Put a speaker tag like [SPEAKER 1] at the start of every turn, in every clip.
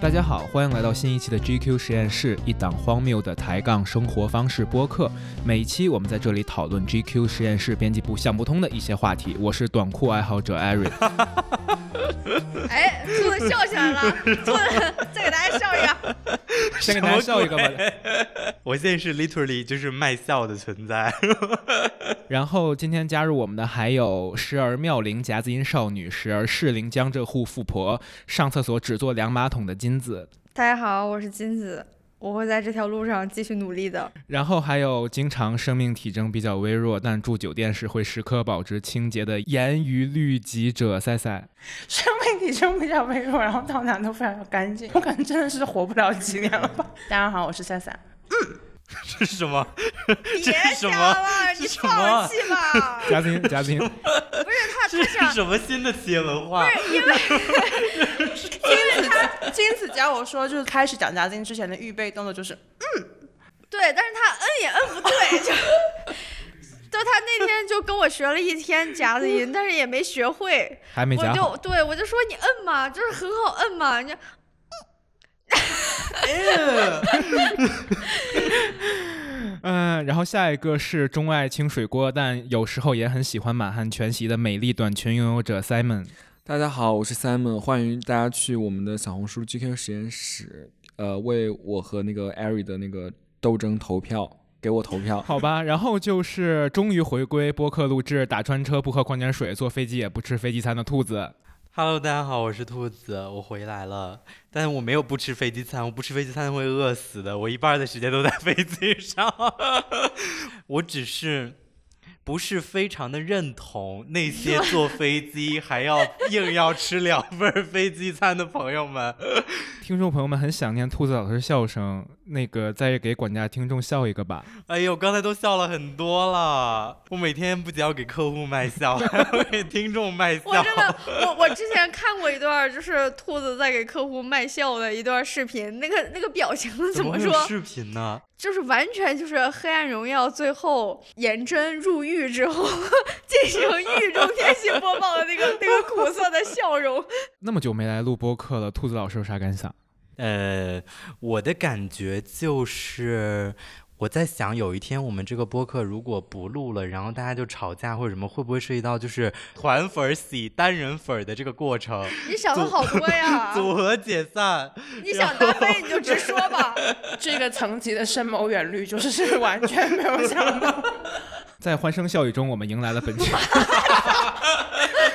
[SPEAKER 1] 大家好，欢迎来到新一期的 GQ 实验室，一档荒谬的抬杠生活方式播客。每一期我们在这里讨论 GQ 实验室编辑部想不通的一些话题。我是短裤爱好者艾瑞，
[SPEAKER 2] 哎，兔子笑起来了，兔子再给大家笑一个，
[SPEAKER 1] 先给大家笑一个吧
[SPEAKER 3] 什。我现在是 literally 就是卖笑的存在，
[SPEAKER 1] 然后今天加入我们的还有时而妙龄夹子音少女，时而适龄江浙沪富婆，上厕所只坐两马桶的金子。
[SPEAKER 2] 大家好，我是金子，我会在这条路上继续努力的。
[SPEAKER 1] 然后还有经常生命体征比较微弱，但住酒店时会时刻保持清洁的严于律己者赛赛。
[SPEAKER 4] 生命体征比较微弱，然后到哪都非常的干净。我感觉真的是活不了几年了吧。大家好，我是夏夏。
[SPEAKER 3] 这是什么？
[SPEAKER 2] 别
[SPEAKER 3] 这是
[SPEAKER 2] 笑
[SPEAKER 3] 什么
[SPEAKER 2] 了，你
[SPEAKER 3] 这是什么啊
[SPEAKER 2] 放弃 吧。
[SPEAKER 1] 夹子音，夹子音，
[SPEAKER 2] 不是啊他，
[SPEAKER 3] 这
[SPEAKER 2] 他
[SPEAKER 3] 是
[SPEAKER 2] 想
[SPEAKER 3] 什么新的企业文化？
[SPEAKER 4] 金子教我说，就是开始讲夹金之前的预备动作就是，
[SPEAKER 2] 对，但是他摁也摁不对， 就就他那天就跟我学了一天夹子音，但是也没学会。
[SPEAKER 1] 还没
[SPEAKER 2] 我
[SPEAKER 1] 夹好。
[SPEAKER 2] 就对我就说你摁嘛，就是很好摁嘛，你就
[SPEAKER 1] 嗯，然后下一个是钟爱清水锅，但有时候也很喜欢满汉全席的美丽短裙拥有者 Simon。
[SPEAKER 5] 大家好，我是 Simon，欢迎大家去我们的小红书 GQ 实验室，呃，为我和那个 Ari 的那个斗争投票，给我投票。
[SPEAKER 1] 好吧，然后就是终于回归播客录制，打穿车不喝矿泉水，坐飞机也不吃飞机餐的兔子。
[SPEAKER 3] Hello，大家好，我是兔子，我回来了。但我没有不吃飞机餐，我不吃飞机餐会饿死的。我一半的时间都在飞机上， 我只是不是非常的认同那些坐飞机还要硬要吃两份儿飞机餐的朋友们。
[SPEAKER 1] 听众朋友们很想念兔子老师笑声，那个再给管家听众笑一个吧。
[SPEAKER 3] 哎呦，刚才都笑了很多了。我每天不仅要给客户卖笑，还要给听众卖笑。
[SPEAKER 2] 我真的，我我之前看过一段，就是兔子在给客户卖笑的一段视频，那个那个表情
[SPEAKER 3] 怎
[SPEAKER 2] 么
[SPEAKER 3] 会有
[SPEAKER 2] 说，
[SPEAKER 3] 视频呢？
[SPEAKER 2] 就是完全就是《黑暗荣耀》最后颜真入狱之后 进行狱中天气播报的那个那个苦涩的笑容。
[SPEAKER 1] 那么久没来录播客了，兔子老师有啥感想？
[SPEAKER 3] 呃，我的感觉就是。我在想，有一天我们这个播客如果不录了，然后大家就吵架或者什么，会不会涉及到就是团粉儿洗单人粉儿的这个过程，
[SPEAKER 2] 你想的好多呀，
[SPEAKER 3] 组合解散？
[SPEAKER 2] 你想单飞你就直说吧。
[SPEAKER 4] 这个层级的深谋远虑，就是是完全没有想到。
[SPEAKER 1] 在欢声笑语中，我们迎来了本期。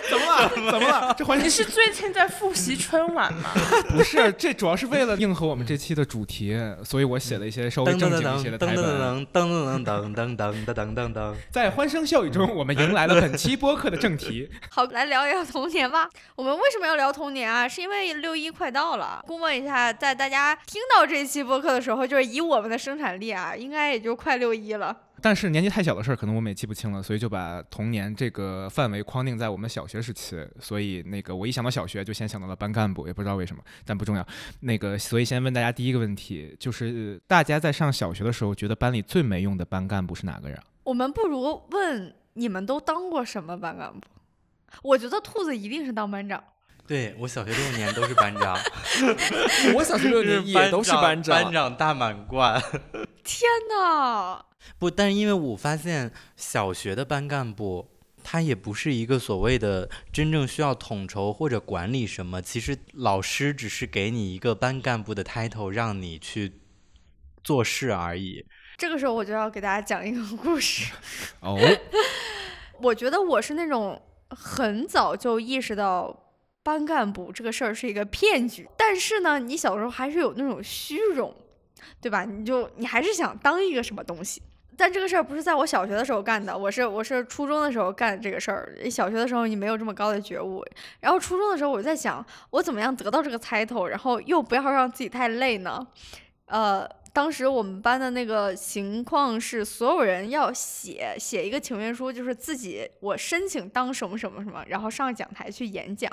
[SPEAKER 1] 怎么了？怎么了？这欢
[SPEAKER 4] 你
[SPEAKER 1] 声
[SPEAKER 4] 是最近在复习春晚吗？
[SPEAKER 1] 不是这，主要是为了应和我们这期的主题，所以我写了一些稍微
[SPEAKER 3] 噔
[SPEAKER 1] 正
[SPEAKER 3] 噔噔
[SPEAKER 1] 经一些
[SPEAKER 3] 噔
[SPEAKER 1] 的
[SPEAKER 3] 噔
[SPEAKER 1] 台
[SPEAKER 3] 噔
[SPEAKER 1] 本。
[SPEAKER 3] 噔噔噔噔噔噔噔噔噔。
[SPEAKER 1] 在欢声笑语中，我们迎来了本期播客的正 题。
[SPEAKER 2] 好，来聊一聊童年吧。我们为什么要聊童年啊？是因为六一快到了。估摸一下，在大家听到这一期播客的时候，就是以我们的生产力啊，应该也就快六一了。
[SPEAKER 1] 但是年纪太小的事儿，可能我们也记不清了，所以就把童年这个范围框定在我们的小学时期。所以那个我一想到小学，就先想到了班干部，也不知道为什么，但不重要。那个，所以先问大家第一个问题，就是呃大家在上小学的时候，觉得班里最没用的班干部是哪个人？
[SPEAKER 2] 我们不如问你们都当过什么班干部？我觉得兔子一定是当班长。
[SPEAKER 3] 对我小学六年都是班长，
[SPEAKER 5] 我小学六年也都是班
[SPEAKER 3] 长，班长大满贯。
[SPEAKER 2] 天哪！
[SPEAKER 3] 不，但是因为我发现小学的班干部，他也不是一个所谓的真正需要统筹或者管理什么。其实老师只是给你一个班干部的 title，让你去做事而已。
[SPEAKER 2] 这个时候我就要给大家讲一个故事。
[SPEAKER 1] 哦，
[SPEAKER 2] 我觉得我是那种很早就意识到班干部这个事儿是一个骗局，但是呢，你小时候还是有那种虚荣，对吧？你就你还是想当一个什么东西。但这个事儿不是在我小学的时候干的，我是我是初中的时候干的这个事儿。小学的时候你没有这么高的觉悟，然后初中的时候我在想，我怎么样得到这个 title，然后又不要让自己太累呢？呃，当时我们班的那个情况是，所有人要写写一个请愿书，就是自己我申请当什么什么什么，然后上讲台去演讲。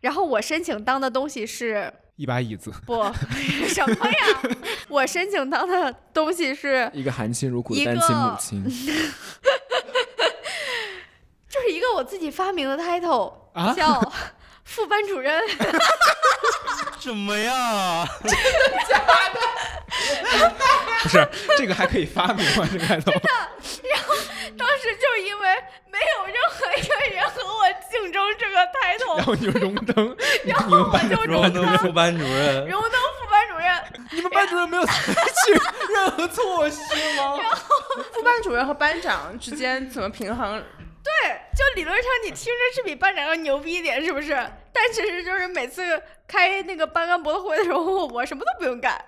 [SPEAKER 2] 然后我申请当的东西是
[SPEAKER 1] 一把椅子，
[SPEAKER 2] 不 什么呀？我申请当的东西是
[SPEAKER 5] 一个含辛茹苦
[SPEAKER 2] 一
[SPEAKER 5] 的单亲母亲，
[SPEAKER 2] 就是一个我自己发明的 title，、
[SPEAKER 1] 啊
[SPEAKER 2] 叫副班主任。
[SPEAKER 3] 什 么呀？
[SPEAKER 1] 不是这个还可以发明吗？这个开头
[SPEAKER 2] 当时就是因为没有任何一个人和我竞争这个抬头
[SPEAKER 1] 然，后你就荣登，你你们班的
[SPEAKER 2] 我就
[SPEAKER 1] 荣
[SPEAKER 3] 荣
[SPEAKER 1] 登
[SPEAKER 3] 登副班主任，
[SPEAKER 2] 荣登副班主任，
[SPEAKER 1] 你们班主任没有采取任何措施吗？
[SPEAKER 4] 副班主任和班长之间怎么平衡？
[SPEAKER 2] 对，就理论上你听着是比班长要牛逼一点，是不是？但其实就是每次开那个班干博览会的时候， 我什么都不用干，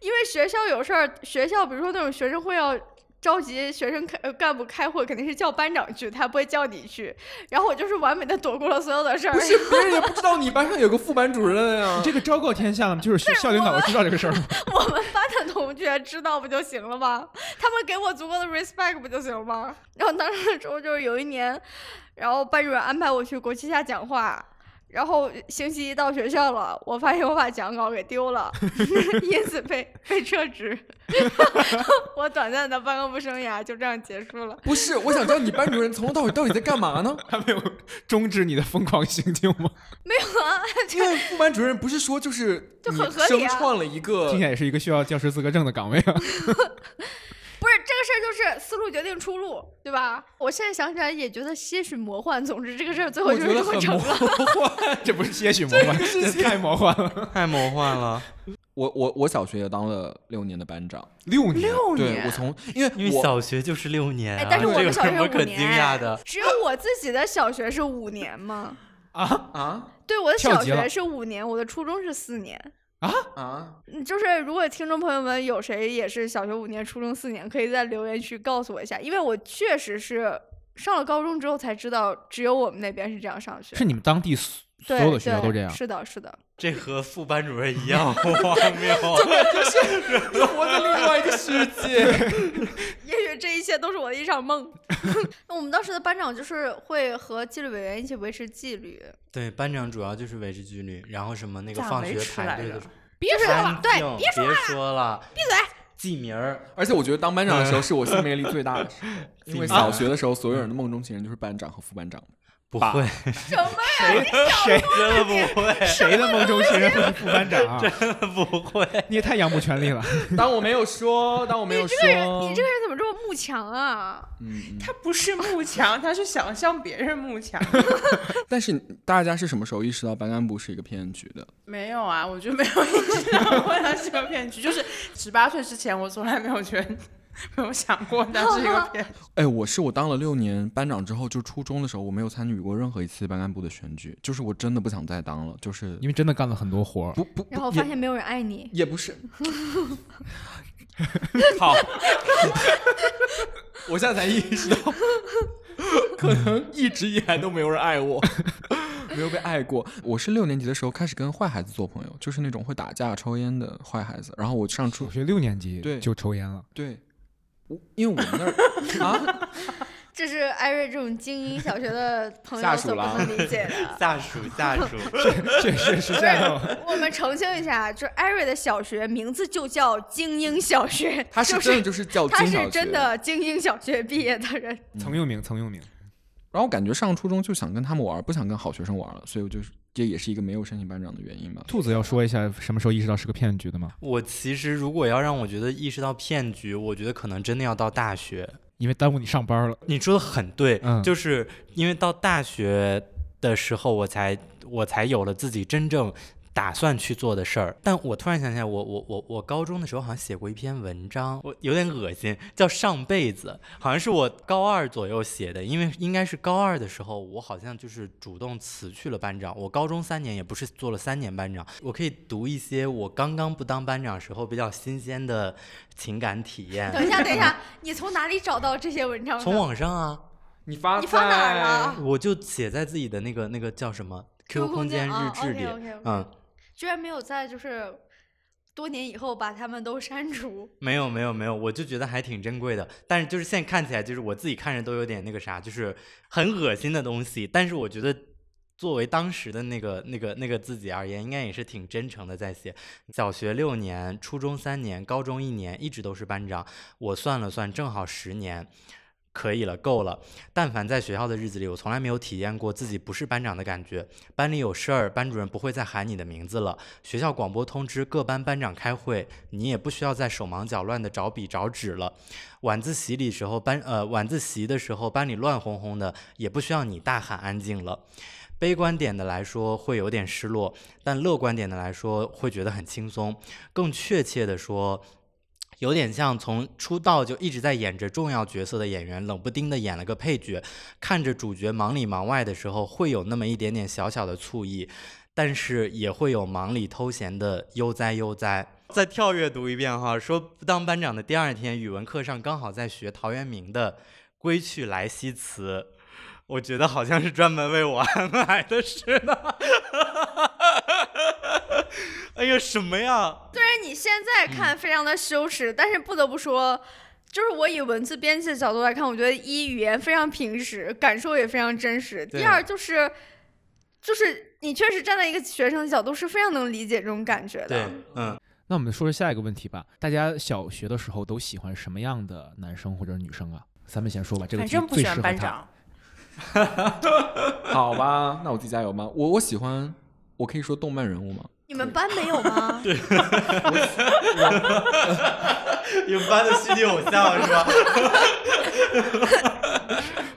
[SPEAKER 2] 因为学校有事儿，学校比如说那种学生会要。召集学生开呃干部开会，肯定是叫班长去，他不会叫你去。然后我就是完美的躲过了所有的事儿。
[SPEAKER 5] 不是别人也不知道你班上有个副班主任啊
[SPEAKER 1] 你。这个昭告天下，就是学校领导知道这个事儿吗？
[SPEAKER 2] 我们班的同学知道不就行了吗？他们给我足够的 respect 不就行了吗？然后当时之后就是有一年，然后班主任安排我去国旗下讲话，然后星期一到学校了，我发现我把讲稿给丢了， 因此被被撤职。 我短暂的办公部生涯就这样结束了。
[SPEAKER 5] 不是，我想知道你班主任从头到尾到底在干嘛呢？
[SPEAKER 1] 他没有终止你的疯狂行径吗？
[SPEAKER 5] 因为副班主任不是说就是
[SPEAKER 2] 就
[SPEAKER 5] 你
[SPEAKER 2] 很合理
[SPEAKER 5] 生
[SPEAKER 2] 啊
[SPEAKER 5] 创了一个
[SPEAKER 1] 听起来也是一个需要教师资格证的岗 位啊。
[SPEAKER 2] 不是这个事儿，就是思路决定出路，对吧？我现在想起来也觉得些许魔幻。总之这个事儿最后
[SPEAKER 5] 我
[SPEAKER 2] 就
[SPEAKER 5] 觉
[SPEAKER 2] 是
[SPEAKER 5] 得
[SPEAKER 2] 这么
[SPEAKER 5] 很
[SPEAKER 2] 成
[SPEAKER 5] 魔
[SPEAKER 2] 了。
[SPEAKER 5] 幻。
[SPEAKER 1] 这不是些许魔幻，这太魔幻了。
[SPEAKER 3] 太魔幻了。
[SPEAKER 5] 我我我小学也当了六年的班长，
[SPEAKER 1] 六年，
[SPEAKER 4] 六
[SPEAKER 5] 对我
[SPEAKER 4] 年，
[SPEAKER 5] 从因为
[SPEAKER 3] 因为
[SPEAKER 5] 我
[SPEAKER 3] 小学就是六年、啊，
[SPEAKER 2] 哎，但是我
[SPEAKER 3] 这有
[SPEAKER 2] 们小
[SPEAKER 3] 什
[SPEAKER 2] 学
[SPEAKER 3] 么
[SPEAKER 2] 五
[SPEAKER 3] 可
[SPEAKER 2] 年，
[SPEAKER 3] 惊 讶的？
[SPEAKER 2] 只有我自己的小学是五年嘛？
[SPEAKER 5] 啊
[SPEAKER 2] 对，我的
[SPEAKER 1] 跳
[SPEAKER 2] 小
[SPEAKER 1] 级了
[SPEAKER 2] 学是五年，我的初中是四年。
[SPEAKER 5] 啊，
[SPEAKER 2] 嗯就是如果听众朋友们有谁也是小学五年、初中四年，可以在留言区告诉我一下，因为我确实是上了高中之后才知道，只有我们那边是这样上学。
[SPEAKER 1] 是你们当地所所
[SPEAKER 2] 对
[SPEAKER 1] 有的学校
[SPEAKER 2] 对
[SPEAKER 1] 都这样？
[SPEAKER 2] 是的，是的。
[SPEAKER 3] 这和副班主任一样 荒谬啊。
[SPEAKER 5] 活在另外一个世 界。
[SPEAKER 2] 也许这一切都是我的一场梦。 那我们当时的班长就是会和纪律委员一起维持纪律，
[SPEAKER 3] 对，班长主要就是维持纪律，然后什么那个
[SPEAKER 4] 咋
[SPEAKER 3] 放
[SPEAKER 4] 维
[SPEAKER 3] 学
[SPEAKER 4] 持
[SPEAKER 3] 排
[SPEAKER 4] 来
[SPEAKER 3] 队
[SPEAKER 4] 着
[SPEAKER 3] 时候
[SPEAKER 2] 别说了
[SPEAKER 3] 安，
[SPEAKER 2] 对，
[SPEAKER 3] 静
[SPEAKER 2] 别
[SPEAKER 3] 别说了，闭嘴，记名儿。
[SPEAKER 5] 而且我觉得当班长的时
[SPEAKER 3] 嗯
[SPEAKER 5] 候是我性魅力最大 的时候，因为小学的时候所有人的梦中情人就是班长和副班长。
[SPEAKER 3] 不
[SPEAKER 1] 爸
[SPEAKER 3] 会，
[SPEAKER 2] 什么呀？
[SPEAKER 1] 谁谁
[SPEAKER 3] 真的不 会，
[SPEAKER 1] 谁的梦中情人会是副班长 啊？
[SPEAKER 3] 真的不 会。
[SPEAKER 1] 你也太扬不全 力了。
[SPEAKER 5] 当我没有说，当我没有
[SPEAKER 2] 你这个
[SPEAKER 1] 哦
[SPEAKER 2] 人，你这个人怎么这么慕强啊？
[SPEAKER 5] 嗯，
[SPEAKER 4] 他不是慕强，他是想向别人慕强。
[SPEAKER 5] 嗯但是大家是什么时候意识到班干部是一个骗局的？
[SPEAKER 4] 没有啊，我觉得没有意识到我他是个 骗局，就是十八岁之前我从来没有觉得。没有想过它是一个骗局，
[SPEAKER 5] 哎，我是我当了六年班长之后，就初中的时候我没有参与过任何一次班干部的选举，就是我真的不想再当了，就是
[SPEAKER 1] 因为真的干了很多活儿，
[SPEAKER 5] 不不
[SPEAKER 2] 然
[SPEAKER 5] 不
[SPEAKER 2] 后发
[SPEAKER 5] 也
[SPEAKER 2] 现没有人爱你，
[SPEAKER 5] 也不 是，
[SPEAKER 3] 好，
[SPEAKER 5] 我现在才意识到，可能一直以来都没有人爱 我，没有被爱过。我是六年级的时候开始跟坏孩子做朋友，就是那种会打架、抽烟的坏孩子。然后我上初
[SPEAKER 1] 小学六年级
[SPEAKER 5] 对
[SPEAKER 1] 就抽烟 了。
[SPEAKER 5] 对，我因为我们 那儿啊，
[SPEAKER 2] 这是艾瑞这种精英小学的朋
[SPEAKER 5] 下
[SPEAKER 2] 友
[SPEAKER 5] 属
[SPEAKER 2] 所不
[SPEAKER 5] 了啊
[SPEAKER 2] 能理解 的。
[SPEAKER 3] 下属下属，
[SPEAKER 1] 确实是
[SPEAKER 2] 不
[SPEAKER 1] 这样哦的。
[SPEAKER 2] 是，我们澄清一下，就是艾瑞的小学名字就叫精英小学，
[SPEAKER 5] 他
[SPEAKER 2] 就是
[SPEAKER 5] 真的就是叫
[SPEAKER 2] 他
[SPEAKER 5] 金小
[SPEAKER 2] 是
[SPEAKER 5] 学
[SPEAKER 2] 真。的精英小学毕业的人。
[SPEAKER 1] 曾用名，曾用名。
[SPEAKER 5] 然后我感觉上初中就想跟他们玩，不想跟好学生玩了，所以我就是这也是一个没有申请班长的原因吧。
[SPEAKER 1] 兔子要说一下什么时候意识到是个骗局的吗？
[SPEAKER 3] 我其实如果要让我觉得意识到骗局，我觉得可能真的要到大学。
[SPEAKER 1] 因为耽误你上班了。
[SPEAKER 3] 你说的很对，
[SPEAKER 1] 嗯
[SPEAKER 3] 就是因为到大学的时候，我才我才有了自己真正打算去做的事儿。但我突然想起来，我我我我高中的时候好像写过一篇文章，我有点恶心，叫《上辈子》，好像是我高二左右写的，因为应该是高二的时候，我好像就是主动辞去了班长。我高中三年也不是做了三年班长，我可以读一些我刚刚不当班长时候比较新鲜的情感体验。
[SPEAKER 2] 等一下，等一下， 你从哪里找到这些文章
[SPEAKER 3] 从
[SPEAKER 2] 的？
[SPEAKER 3] 网上啊。
[SPEAKER 5] 你发
[SPEAKER 2] 你放哪儿了？
[SPEAKER 3] 我就写在自己的那个那个叫什么
[SPEAKER 2] Q
[SPEAKER 3] 空
[SPEAKER 2] 间
[SPEAKER 3] 日
[SPEAKER 2] 哦
[SPEAKER 3] 志里，
[SPEAKER 2] OK，OK，OK
[SPEAKER 3] 嗯，
[SPEAKER 2] 居然没有在就是多年以后把他们都删除。
[SPEAKER 3] 没有没有没有，我就觉得还挺珍贵的。但是就是现在看起来，就是我自己看着都有点那个啥，就是很恶心的东西。但是我觉得。作为当时的那个、那个、那个自己而言，应该也是挺真诚的在写。小学六年，初中三年，高中一年，一直都是班长。我算了算，正好十年。可以了，够了。但凡在学校的日子里，我从来没有体验过自己不是班长的感觉。班里有事儿，班主任不会再喊你的名字了。学校广播通知各班班长开会，你也不需要再手忙脚乱的找笔找纸了。晚自习里时候班呃晚自习的时候班里乱哄哄的，也不需要你大喊安静了。悲观点的来说会有点失落，但乐观点的来说会觉得很轻松。更确切的说，有点像从出道就一直在演着重要角色的演员，冷不丁的演了个配角，看着主角忙里忙外的时候，会有那么一点点小小的醋意，但是也会有忙里偷闲的悠哉悠哉。再跳跃读一遍哈，说当班长的第二天，语文课上刚好在学陶渊明的《归去来兮辞》，我觉得好像是专门为我 安排的诗呢。哎呀，什么呀？
[SPEAKER 2] 虽然你现在看非常的羞耻，但是不得不说，就是我以文字编辑的角度来看，我觉得一语言非常平实，感受也非常真实。
[SPEAKER 3] 对
[SPEAKER 2] 第二就是，就是你确实站在一个学生的角度，是非常能理解这种感觉
[SPEAKER 3] 对
[SPEAKER 2] 的。，
[SPEAKER 3] 嗯，
[SPEAKER 1] 那我们说说下一个问题吧，大家小学的时候都喜欢什么样的男生或者女生啊？咱们先说吧，这个
[SPEAKER 4] 反
[SPEAKER 1] 题
[SPEAKER 4] 正不
[SPEAKER 1] 最
[SPEAKER 4] 喜
[SPEAKER 1] 适
[SPEAKER 4] 欢
[SPEAKER 1] 合
[SPEAKER 4] 班
[SPEAKER 1] 他。
[SPEAKER 4] 长，
[SPEAKER 5] 好吧，那我自己加油吗？我我喜欢，我可以说动漫人物吗？
[SPEAKER 2] 你们班没有吗？
[SPEAKER 3] 你们班的虚拟偶像是吧？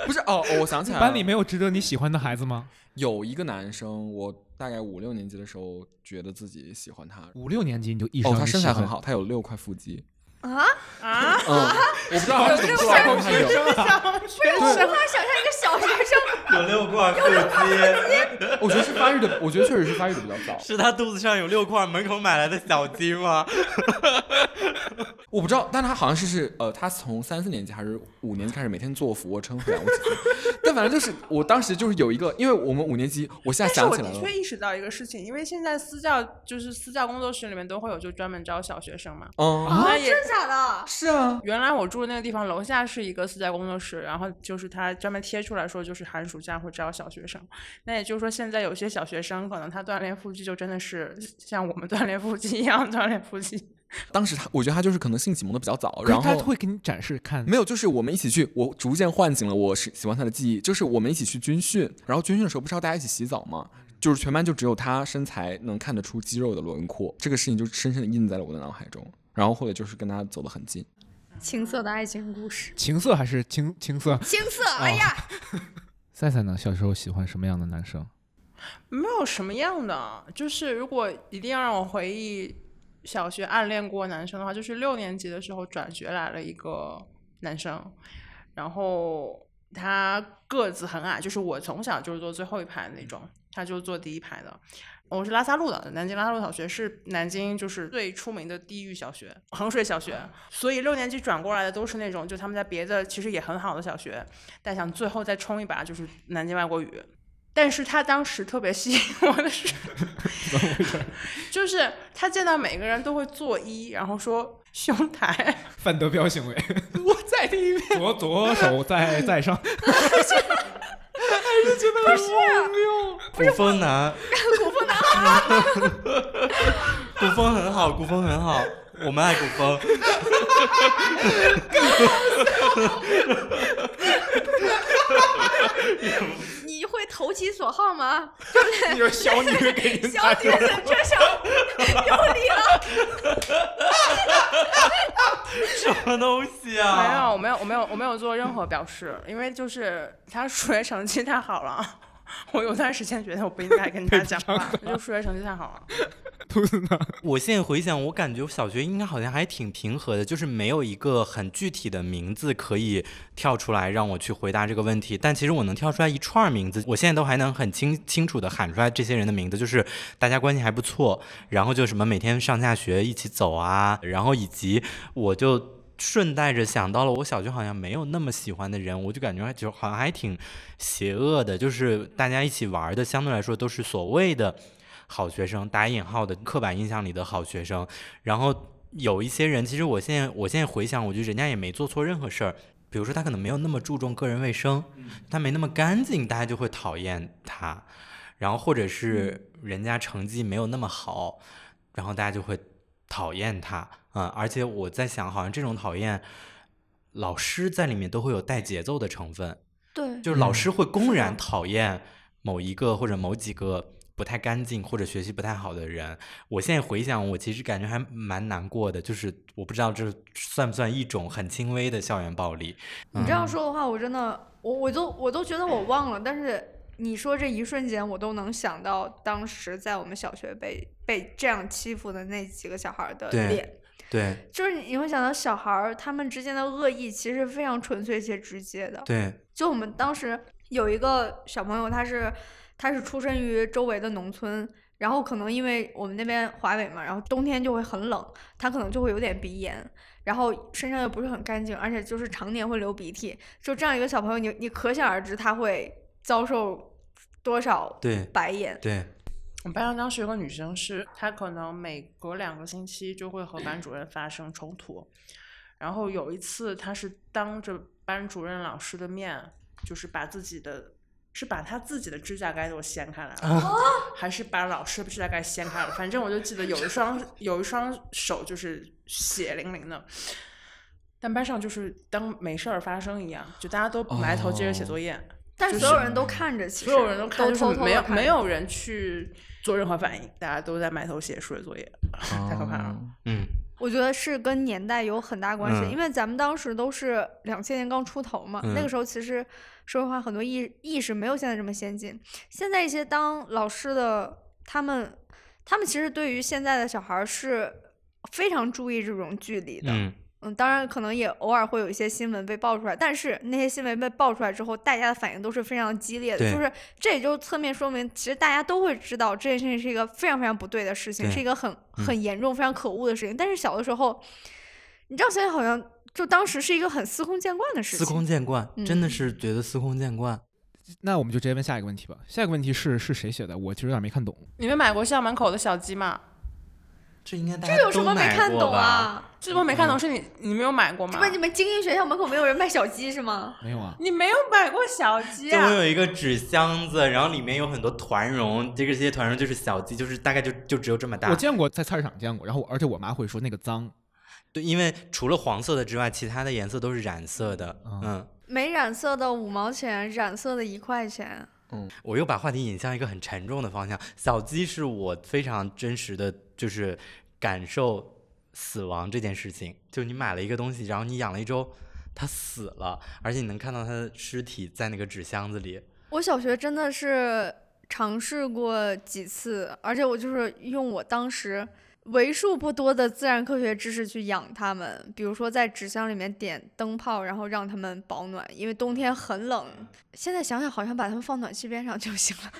[SPEAKER 5] 不是哦，哦我想起来
[SPEAKER 4] 嗯
[SPEAKER 5] 了，
[SPEAKER 1] 班里没有值得你喜欢的孩子吗？
[SPEAKER 5] 有一个男生，我大概五六年级的时候觉得自己喜欢他。
[SPEAKER 1] 五六年级你就意识到
[SPEAKER 5] 哦，
[SPEAKER 1] 你
[SPEAKER 5] 他身
[SPEAKER 1] 喜
[SPEAKER 5] 材
[SPEAKER 1] 欢
[SPEAKER 5] 很，好，他有六块腹肌。
[SPEAKER 2] 啊，
[SPEAKER 4] 啊，
[SPEAKER 5] 嗯， 我不知道他是怎么做到，但他有。
[SPEAKER 2] 我无法想象一个小学生
[SPEAKER 3] 有六块腹肌，
[SPEAKER 5] 我觉得是发育的，我觉得确实是发育的比较早。
[SPEAKER 3] 是他肚子上有六块门口买来的小鸡吗？
[SPEAKER 5] 我不知道，但他好像是是呃，他从三四年级还是五年级开始每天做俯卧撑和仰卧起坐， 但反正就是我当时就是有一个，因为我们五年级，我现在
[SPEAKER 4] 但是
[SPEAKER 5] 想
[SPEAKER 4] 我
[SPEAKER 5] 起来
[SPEAKER 4] 的
[SPEAKER 5] 了，
[SPEAKER 4] 确意识到一个事情，因为现在私教就是私教工作室里面都会有就专门招小学生嘛。
[SPEAKER 5] 嗯，
[SPEAKER 2] 啊，
[SPEAKER 4] 那也
[SPEAKER 2] 真假的？
[SPEAKER 5] 是
[SPEAKER 1] 哦
[SPEAKER 5] 啊，
[SPEAKER 4] 原来我住的那个地方楼下是一个私教工作室，然后就是他专门贴出来说，就是寒暑假会招小学生。那也就是说，现在有些小学生可能他锻炼腹肌就真的是像我们锻炼腹肌一样锻炼腹肌。
[SPEAKER 5] 当时他我觉得他就是可能性启蒙的比较早，然
[SPEAKER 1] 他
[SPEAKER 5] 后。
[SPEAKER 1] 会给你展示看
[SPEAKER 5] 没有，就是我们一起去，我逐渐唤醒了我是喜欢他的记忆。就是我们一起去军训，然后军训的时候不是要大家一起洗澡吗？就是全班就只有他身材能看得出肌肉的轮廓，这个事情就深深的印在了我的脑海中。然后后来就是跟他走得很近，
[SPEAKER 2] 青涩的爱情故事，
[SPEAKER 1] 情色还是情情 色？
[SPEAKER 2] 青涩，
[SPEAKER 1] 哦
[SPEAKER 2] 哎呀，
[SPEAKER 1] 赛赛呢？小时候喜欢什么样的男生？
[SPEAKER 4] 没有什么样的，就是如果一定要让我回忆小学暗恋过男生的话，就是六年级的时候转学来了一个男生，然后他个子很矮，就是我从小就是坐最后一排的那种，他就是坐第一排的。我是拉萨路的，南京拉萨路小学是南京就是最出名的地域小学，衡水小学。所以六年级转过来的都是那种，就他们在别的其实也很好的小学，但想最后再冲一把，就是南京外国语。但是他当时特别吸引我的是， 就是他见到每个人都会作揖，然后说兄台，
[SPEAKER 1] 范德彪行为，
[SPEAKER 4] 我再听一遍。
[SPEAKER 1] 左左手 在在 上，
[SPEAKER 3] 古风男， 古风男，古风很好，古风很好，我们爱古风。
[SPEAKER 2] 你会投其所好吗？
[SPEAKER 1] 你说小女给你
[SPEAKER 2] 小女子这手 有理了，
[SPEAKER 3] 什么东西啊？
[SPEAKER 4] 没有，我没有，我没有，我没有做任何表示，因为就是他数学成绩太好了， 我有段时间觉得我不应该跟他讲话，就数学成绩太好了。
[SPEAKER 1] 兔子呢？
[SPEAKER 3] 我现在回想，我感觉我小学应该好像还挺平和的，就是没有一个很具体的名字可以跳出来让我去回答这个问题。但其实我能跳出来一串名字，我现在都还能很清清楚的喊出来这些人的名字，就是大家关系还不错，然后就什么每天上下学一起走啊，然后以及我就。顺带着想到了，我小学好像没有那么喜欢的人，我就感觉还就好像还挺邪恶的，就是大家一起玩儿的，相对来说都是所谓的好学生，打引号的刻板印象里的好学生。然后有一些人，其实我现在我现在回想，我觉得人家也没做错任何事儿。比如说他可能没有那么注重个人卫生，他没那么干净，大家就会讨厌他。然后或者是人家成绩没有那么好，然后大家就会讨厌他。嗯，而且我在想，好像这种讨厌老师在里面都会有带节奏的成分，
[SPEAKER 2] 对，
[SPEAKER 3] 就是老师会公
[SPEAKER 2] 嗯是
[SPEAKER 3] 然
[SPEAKER 2] 的
[SPEAKER 3] 讨厌某一个或者某几个不太干净或者学习不太好的人。我现在回想，我其实感觉还蛮难过的，就是我不知道这算不算一种很轻微的校园暴力。
[SPEAKER 2] 你这样说的话，我真的，我我都我都觉得我忘了，但是你说这一瞬间，我都能想到当时在我们小学被被这样欺负的那几个小孩儿的
[SPEAKER 3] 对
[SPEAKER 2] 脸，
[SPEAKER 3] 对
[SPEAKER 2] 就是你会想到小孩儿他们之间的恶意其实非常纯粹且直接的。
[SPEAKER 3] 对，
[SPEAKER 2] 就我们当时有一个小朋友，他是他是出身于周围的农村，然后可能因为我们那边华北嘛，然后冬天就会很冷，他可能就会有点鼻炎，然后身上又不是很干净，而且就是常年会流鼻涕，就这样一个小朋友，你你可想而知他会遭受多少
[SPEAKER 3] 对
[SPEAKER 2] 白眼。
[SPEAKER 3] 对，
[SPEAKER 4] 我们班上当时有个女生是，她可能每隔两个星期就会和班主任发生冲突，然后有一次她是当着班主任老师的面，就是把自己的。是把她自己的指甲盖给我掀开来了，还是把老师的指甲盖掀开了？反正我就记得有一双有一双手就是血淋淋的，但班上就是当没事儿发生一样，就大家都埋头接着写作业。
[SPEAKER 2] 但
[SPEAKER 4] 就
[SPEAKER 2] 所有
[SPEAKER 4] 是
[SPEAKER 2] 人都看着，其实
[SPEAKER 4] 所有人都看，就是
[SPEAKER 2] 偷偷
[SPEAKER 4] 没有
[SPEAKER 2] 地看
[SPEAKER 4] 没
[SPEAKER 2] 着
[SPEAKER 4] 有人去做任何反应，大家都在埋头写数学作业，太可怕了。
[SPEAKER 3] 嗯，
[SPEAKER 2] 我觉得是跟年代有很大关系，
[SPEAKER 3] 嗯
[SPEAKER 2] 因为咱们当时都是两千年刚出头嘛，那
[SPEAKER 3] 嗯
[SPEAKER 2] 个时候其实说实话，很多意意识没有现在这么先进。现在一些当老师的他们，他们其实对于现在的小孩儿是非常注意这种距离的。
[SPEAKER 3] 嗯，
[SPEAKER 2] 嗯，当然可能也偶尔会有一些新闻被爆出来，但是那些新闻被爆出来之后，大家的反应都是非常激烈的，
[SPEAKER 3] 对
[SPEAKER 2] 就是这也就侧面说明，其实大家都会知道这件事情是一个非常非常不对的事情，
[SPEAKER 3] 对
[SPEAKER 2] 是一个很
[SPEAKER 3] 嗯
[SPEAKER 2] 很严重、非常可恶的事情。但是小的时候，你知道，现在好像就当时是一个很司空见惯的事
[SPEAKER 3] 司
[SPEAKER 2] 情，
[SPEAKER 3] 空见惯，真
[SPEAKER 2] 嗯
[SPEAKER 3] 的是觉得司空见惯。
[SPEAKER 1] 那我们就直接问下一个问题吧。下一个问题是是谁写的？我其实有点没看懂。
[SPEAKER 4] 你们买过校门口的小鸡吗？
[SPEAKER 3] 这应该大
[SPEAKER 2] 这
[SPEAKER 3] 家
[SPEAKER 2] 有什
[SPEAKER 3] 都
[SPEAKER 2] 么没
[SPEAKER 3] 买
[SPEAKER 2] 看
[SPEAKER 3] 过啊
[SPEAKER 2] 懂
[SPEAKER 3] 吧？
[SPEAKER 2] 啊？
[SPEAKER 4] 这波没看懂，是你你没有买过吗
[SPEAKER 2] 这？不是你们精英学校门口没有人卖小鸡是吗？
[SPEAKER 1] 没有啊？
[SPEAKER 4] 你没有买过小鸡
[SPEAKER 3] 就会
[SPEAKER 4] 啊？
[SPEAKER 3] 有一个纸箱子，然后里面有很多团绒，这个这些团绒就是小鸡，就是大概就就只有这么大。
[SPEAKER 1] 我见过，在菜市场见过。然后我而且我妈会说那个脏，
[SPEAKER 3] 对，因为除了黄色的之外，其他的颜色都是染色的。
[SPEAKER 1] 嗯
[SPEAKER 3] 嗯，
[SPEAKER 2] 没染色的五毛钱，染色的一块钱。
[SPEAKER 3] 我又把话题引向一个很沉重的方向。小鸡是我非常真实的，就是感受死亡这件事情。就你买了一个东西，然后你养了一周，它死了，而且你能看到它的尸体在那个纸箱子里。
[SPEAKER 2] 我小学真的是尝试过几次，而且我就是用我当时为数不多的自然科学知识去养它们，比如说在纸箱里面点灯泡，然后让它们保暖，因为冬天很冷。现在想想，好像把它们放暖气边上就行了。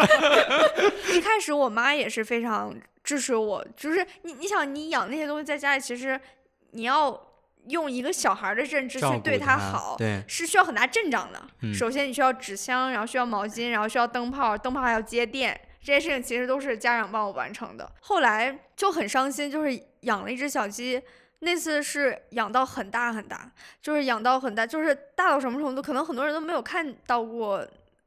[SPEAKER 2] 一开始我妈也是非常支持我，就是你你想你养那些东西在家里，其实你要用一个小孩儿的认知
[SPEAKER 3] 照
[SPEAKER 2] 去
[SPEAKER 3] 顾
[SPEAKER 2] 对
[SPEAKER 3] 它
[SPEAKER 2] 好，
[SPEAKER 3] 对，
[SPEAKER 2] 是需要很大阵仗的。
[SPEAKER 3] 嗯
[SPEAKER 2] 首先你需要纸箱，然后需要毛巾，然后需要灯泡，灯泡还要接电，这些事情其实都是家长帮我完成的。后来就很伤心，就是养了一只小鸡。那次是养到很大很大，就是养到很大，就是大到什么程度？可能很多人都没有看到过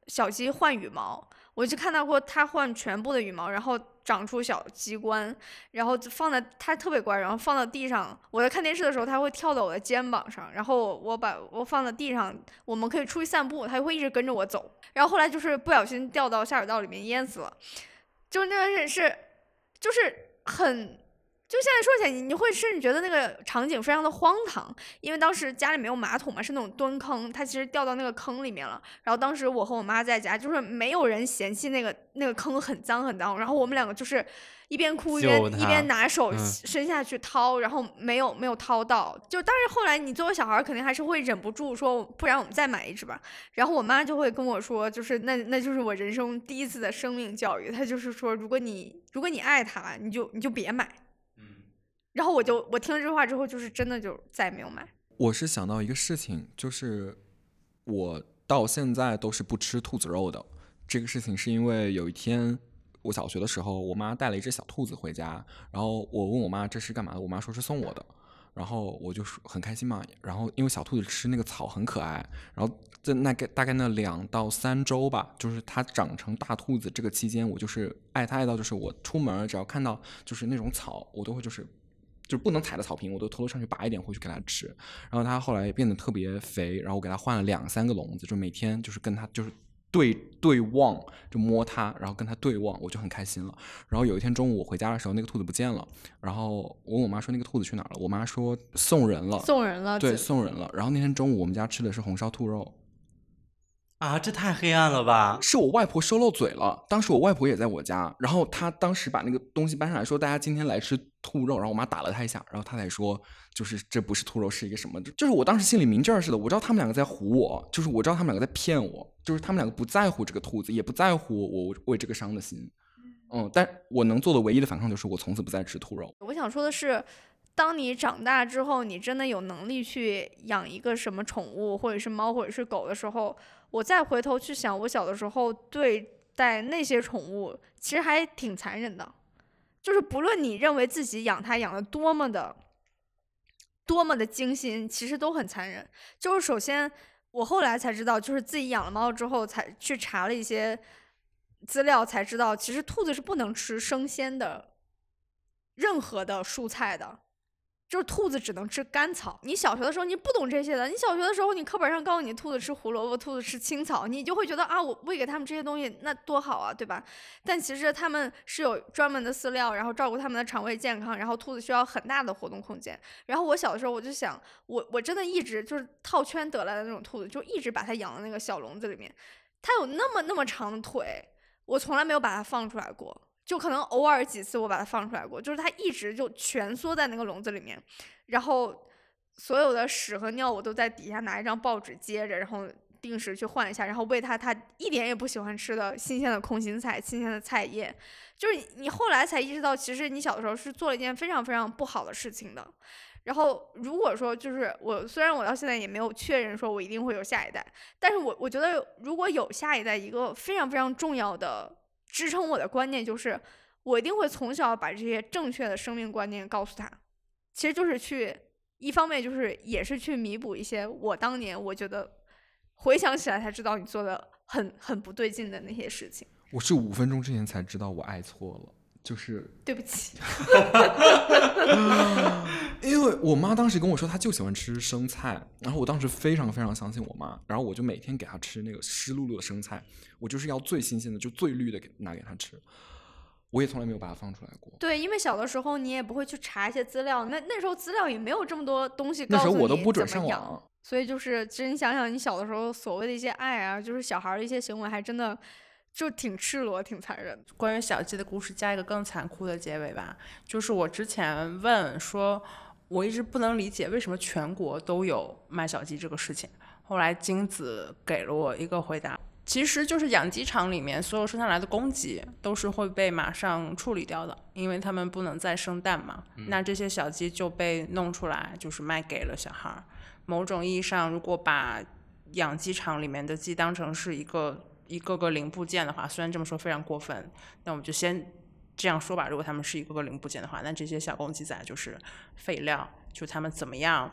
[SPEAKER 2] 小鸡换羽毛，我就看到过它换全部的羽毛，然后长出小鸡冠，然后就放在它特别乖，然后放到地上。我在看电视的时候，它会跳到我的肩膀上，然后我把我放到地上，我们可以出去散步，它会一直跟着我走。然后后来就是不小心掉到下水道里面淹死了，就那个是是就是很。就现在说起来，你你会甚至觉得那个场景非常的荒唐，因为当时家里没有马桶嘛，是那种蹲坑，它其实掉到那个坑里面了。然后当时我和我妈在家，就是没有人嫌弃那个那个坑很脏很脏，然后我们两个就是一边哭一边
[SPEAKER 3] 救
[SPEAKER 2] 一
[SPEAKER 3] 它
[SPEAKER 2] 边拿手
[SPEAKER 3] 嗯
[SPEAKER 2] 伸下去掏，然后没有没有掏到，就但是后来你作为小孩儿肯定还是会忍不住说，不然我们再买一只吧。然后我妈就会跟我说，就是那那就是我人生第一次的生命教育，她就是说，如果你如果你爱它，你就你就别买。
[SPEAKER 3] 嗯
[SPEAKER 2] 然后我就我听了这句话之后，就是真的就再也没有买。
[SPEAKER 5] 我是想到一个事情，就是我到现在都是不吃兔子肉的。这个事情是因为有一天我小学的时候，我妈带了一只小兔子回家，然后我问我妈这是干嘛的，我妈说是送我的。然后我就说很开心嘛，然后因为小兔子吃那个草很可爱，然后在那个大概那两到三周吧，就是它长成大兔子这个期间，我就是爱它爱到就是我出门儿只要看到就是那种草，我都会就是就是不能踩的草坪，我都偷偷上去拔一点回去给它吃。然后它后来也变得特别肥，然后我给它换了两三个笼子，就每天就是跟它就是对对望，就摸它，然后跟它对望，我就很开心了。然后有一天中午我回家的时候，那个兔子不见了，然后我问我妈说那个兔子去哪儿了，我妈说送人了，
[SPEAKER 2] 送人了，
[SPEAKER 5] 对，
[SPEAKER 2] 只
[SPEAKER 5] 送人了。然后那天中午我们家吃的是红烧兔肉，
[SPEAKER 3] 啊，这太黑暗了吧！
[SPEAKER 5] 是我外婆收漏嘴了。当时我外婆也在我家，然后她当时把那个东西搬上来说，大家今天来吃兔肉，然后我妈打了她一下，然后她才说，就是这不是兔肉，是一个什么？就是我当时心里明镜儿似的，我知道他们两个在唬我，就是我知道他们两个在骗我，就是他们两个不在乎这个兔子，也不在乎我为这个伤的心。嗯，但我能做的唯一的反抗就是我从此不再吃兔肉。
[SPEAKER 2] 我想说的是，当你长大之后，你真的有能力去养一个什么宠物，或者是猫，或者是狗的时候，我再回头去想，我小的时候对待那些宠物，其实还挺残忍的。就是不论你认为自己养它养的多么的多么的精心，其实都很残忍。就是首先，我后来才知道，就是自己养了猫之后，才去查了一些资料，才知道其实兔子是不能吃生鲜的任何的蔬菜的，就是兔子只能吃甘草。你小学的时候你不懂这些的，你小学的时候你课本上告诉你兔子吃胡萝卜，兔子吃青草，你就会觉得啊，我喂给他们这些东西那多好啊，对吧？但其实他们是有专门的饲料，然后照顾他们的肠胃健康，然后兔子需要很大的活动空间。然后我小的时候我就想，我我真的一直就是套圈得来的那种兔子，就一直把它养到那个小笼子里面，它有那么那么长的腿，我从来没有把它放出来过。就可能偶尔几次我把它放出来过，就是它一直就蜷缩在那个笼子里面，然后所有的屎和尿我都在底下拿一张报纸接着，然后定时去换一下，然后喂它它一点也不喜欢吃的新鲜的空心菜、新鲜的菜叶。就是你后来才意识到，其实你小的时候是做了一件非常非常不好的事情的。然后如果说就是我，虽然我到现在也没有确认说我一定会有下一代，但是我我觉得如果有下一代，一个非常非常重要的支撑我的观念就是，我一定会从小把这些正确的生命观念告诉他。其实就是去，一方面就是也是去弥补一些我当年我觉得回想起来才知道你做的很很不对劲的那些事情。
[SPEAKER 5] 我是五分钟之前才知道我爱错了，就是
[SPEAKER 2] 对不 起，
[SPEAKER 5] 因为我妈当时跟我说，她就喜欢吃生菜，然后我当时非常非常相信我妈，然后我就每天给她吃那个湿漉漉的生菜，我就是要最新鲜的，就最绿的给拿给她吃，我也从来没有把它放出来过。
[SPEAKER 2] 对，因为小的时候你也不会去查一些资料，那那时候资料也没有这么多东西
[SPEAKER 5] 那
[SPEAKER 2] 告
[SPEAKER 5] 时
[SPEAKER 2] 诉
[SPEAKER 5] 候
[SPEAKER 2] 你
[SPEAKER 5] 我都不准
[SPEAKER 2] 怎
[SPEAKER 5] 上
[SPEAKER 2] 么养。
[SPEAKER 5] 网，
[SPEAKER 2] 所以就是，其实你想想，你小的时候所谓的一些爱啊，就是小孩儿的一些行为，还真的就挺赤裸、挺残忍的。
[SPEAKER 4] 关于小鸡的故事加一个更残酷的结尾吧，就是我之前问说，我一直不能理解为什么全国都有卖小鸡这个事情。后来金子给了我一个回答，其实就是养鸡场里面所有生下来的公鸡都是会被马上处理掉的，因为它们不能再生蛋嘛。那这些小鸡就被弄出来，就是卖给了小孩儿。某种意义上，如果把养鸡场里面的鸡当成是一个一个个零部件的话，虽然这么说非常过分，那我们就先这样说吧。如果他们是一个个零部件的话，那这些小公鸡仔就是废料，就他们怎么样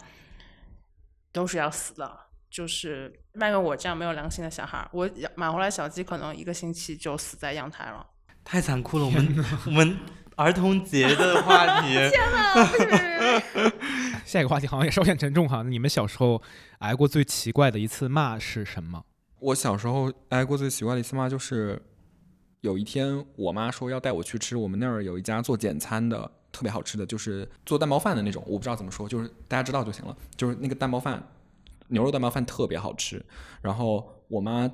[SPEAKER 4] 都是要死的。就是卖给我这样没有良心的小孩儿，我养买回来小鸡可能一个星期就死在阳台了。
[SPEAKER 3] 太残酷了，我们我们儿童节的话 题
[SPEAKER 1] 下一个话题好像也稍显沉重哈。那你们小时候挨过最奇怪的一次骂是什么？
[SPEAKER 5] 我小时候挨过最奇怪的一次骂就是，有一天我妈说要带我去吃我们那儿有一家做简餐的。特别好吃的就是做蛋包饭的那种，我不知道怎么说，就是大家知道就行了。就是那个蛋包饭，牛肉蛋包饭特别好吃。然后我妈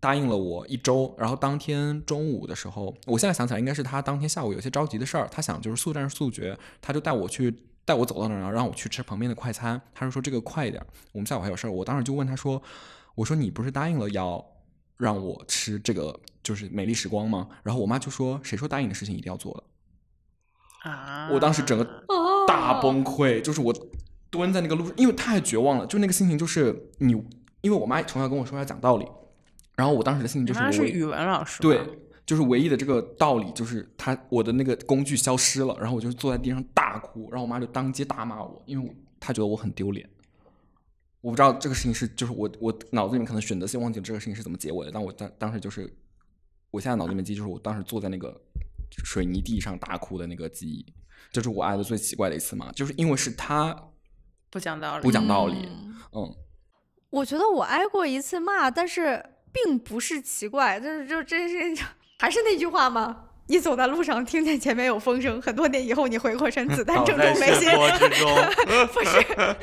[SPEAKER 5] 答应了我一周，然后当天中午的时候，我现在想起来应该是她当天下午有些着急的事儿，她想就是速战速决，她就带我去带我走到那儿，然后让我去吃旁边的快餐。她就说这个快一点，我们下午还有事儿。我当时就问她说，我说你不是答应了要让我吃这个就是美丽时光吗？然后我妈就说谁说答应的事情一定要做的？
[SPEAKER 4] 啊！
[SPEAKER 5] 我当时整个
[SPEAKER 2] 哦
[SPEAKER 5] 大崩溃，就是我蹲在那个路，因为太绝望了，就那个心情就是你，因为我妈从小跟我说要讲道理，然后我当时的心情
[SPEAKER 4] 你
[SPEAKER 5] 就是
[SPEAKER 4] 妈
[SPEAKER 5] 我
[SPEAKER 4] 是
[SPEAKER 5] 唯
[SPEAKER 4] 语文老师，
[SPEAKER 5] 对，，就是唯一的这个道理就是她我的那个工具消失了，然后我就坐在地上大哭，然后我妈就当街大骂我，因为我她觉得我很丢脸。我不知道这个事情是，就是我我脑子里面可能选择性忘记了这个事情是怎么结尾的，但我当当时就是，我现在脑子里面记忆就是我当时坐在那个水泥地上大哭的那个记忆。这是我爱的最奇怪的一次嘛，就是因为是他
[SPEAKER 4] 不讲道理，
[SPEAKER 5] 不讲道理，
[SPEAKER 2] 嗯
[SPEAKER 5] 嗯，
[SPEAKER 2] 我觉得我挨过一次骂，但是并不是奇怪，就是就真是还是那句话嘛。你走在路上，听见前面有风声，很多年以后你回过神，子 弹
[SPEAKER 3] 倒
[SPEAKER 2] 正中
[SPEAKER 3] 在
[SPEAKER 2] 眉心
[SPEAKER 3] 漩。涡之中。
[SPEAKER 2] 不是，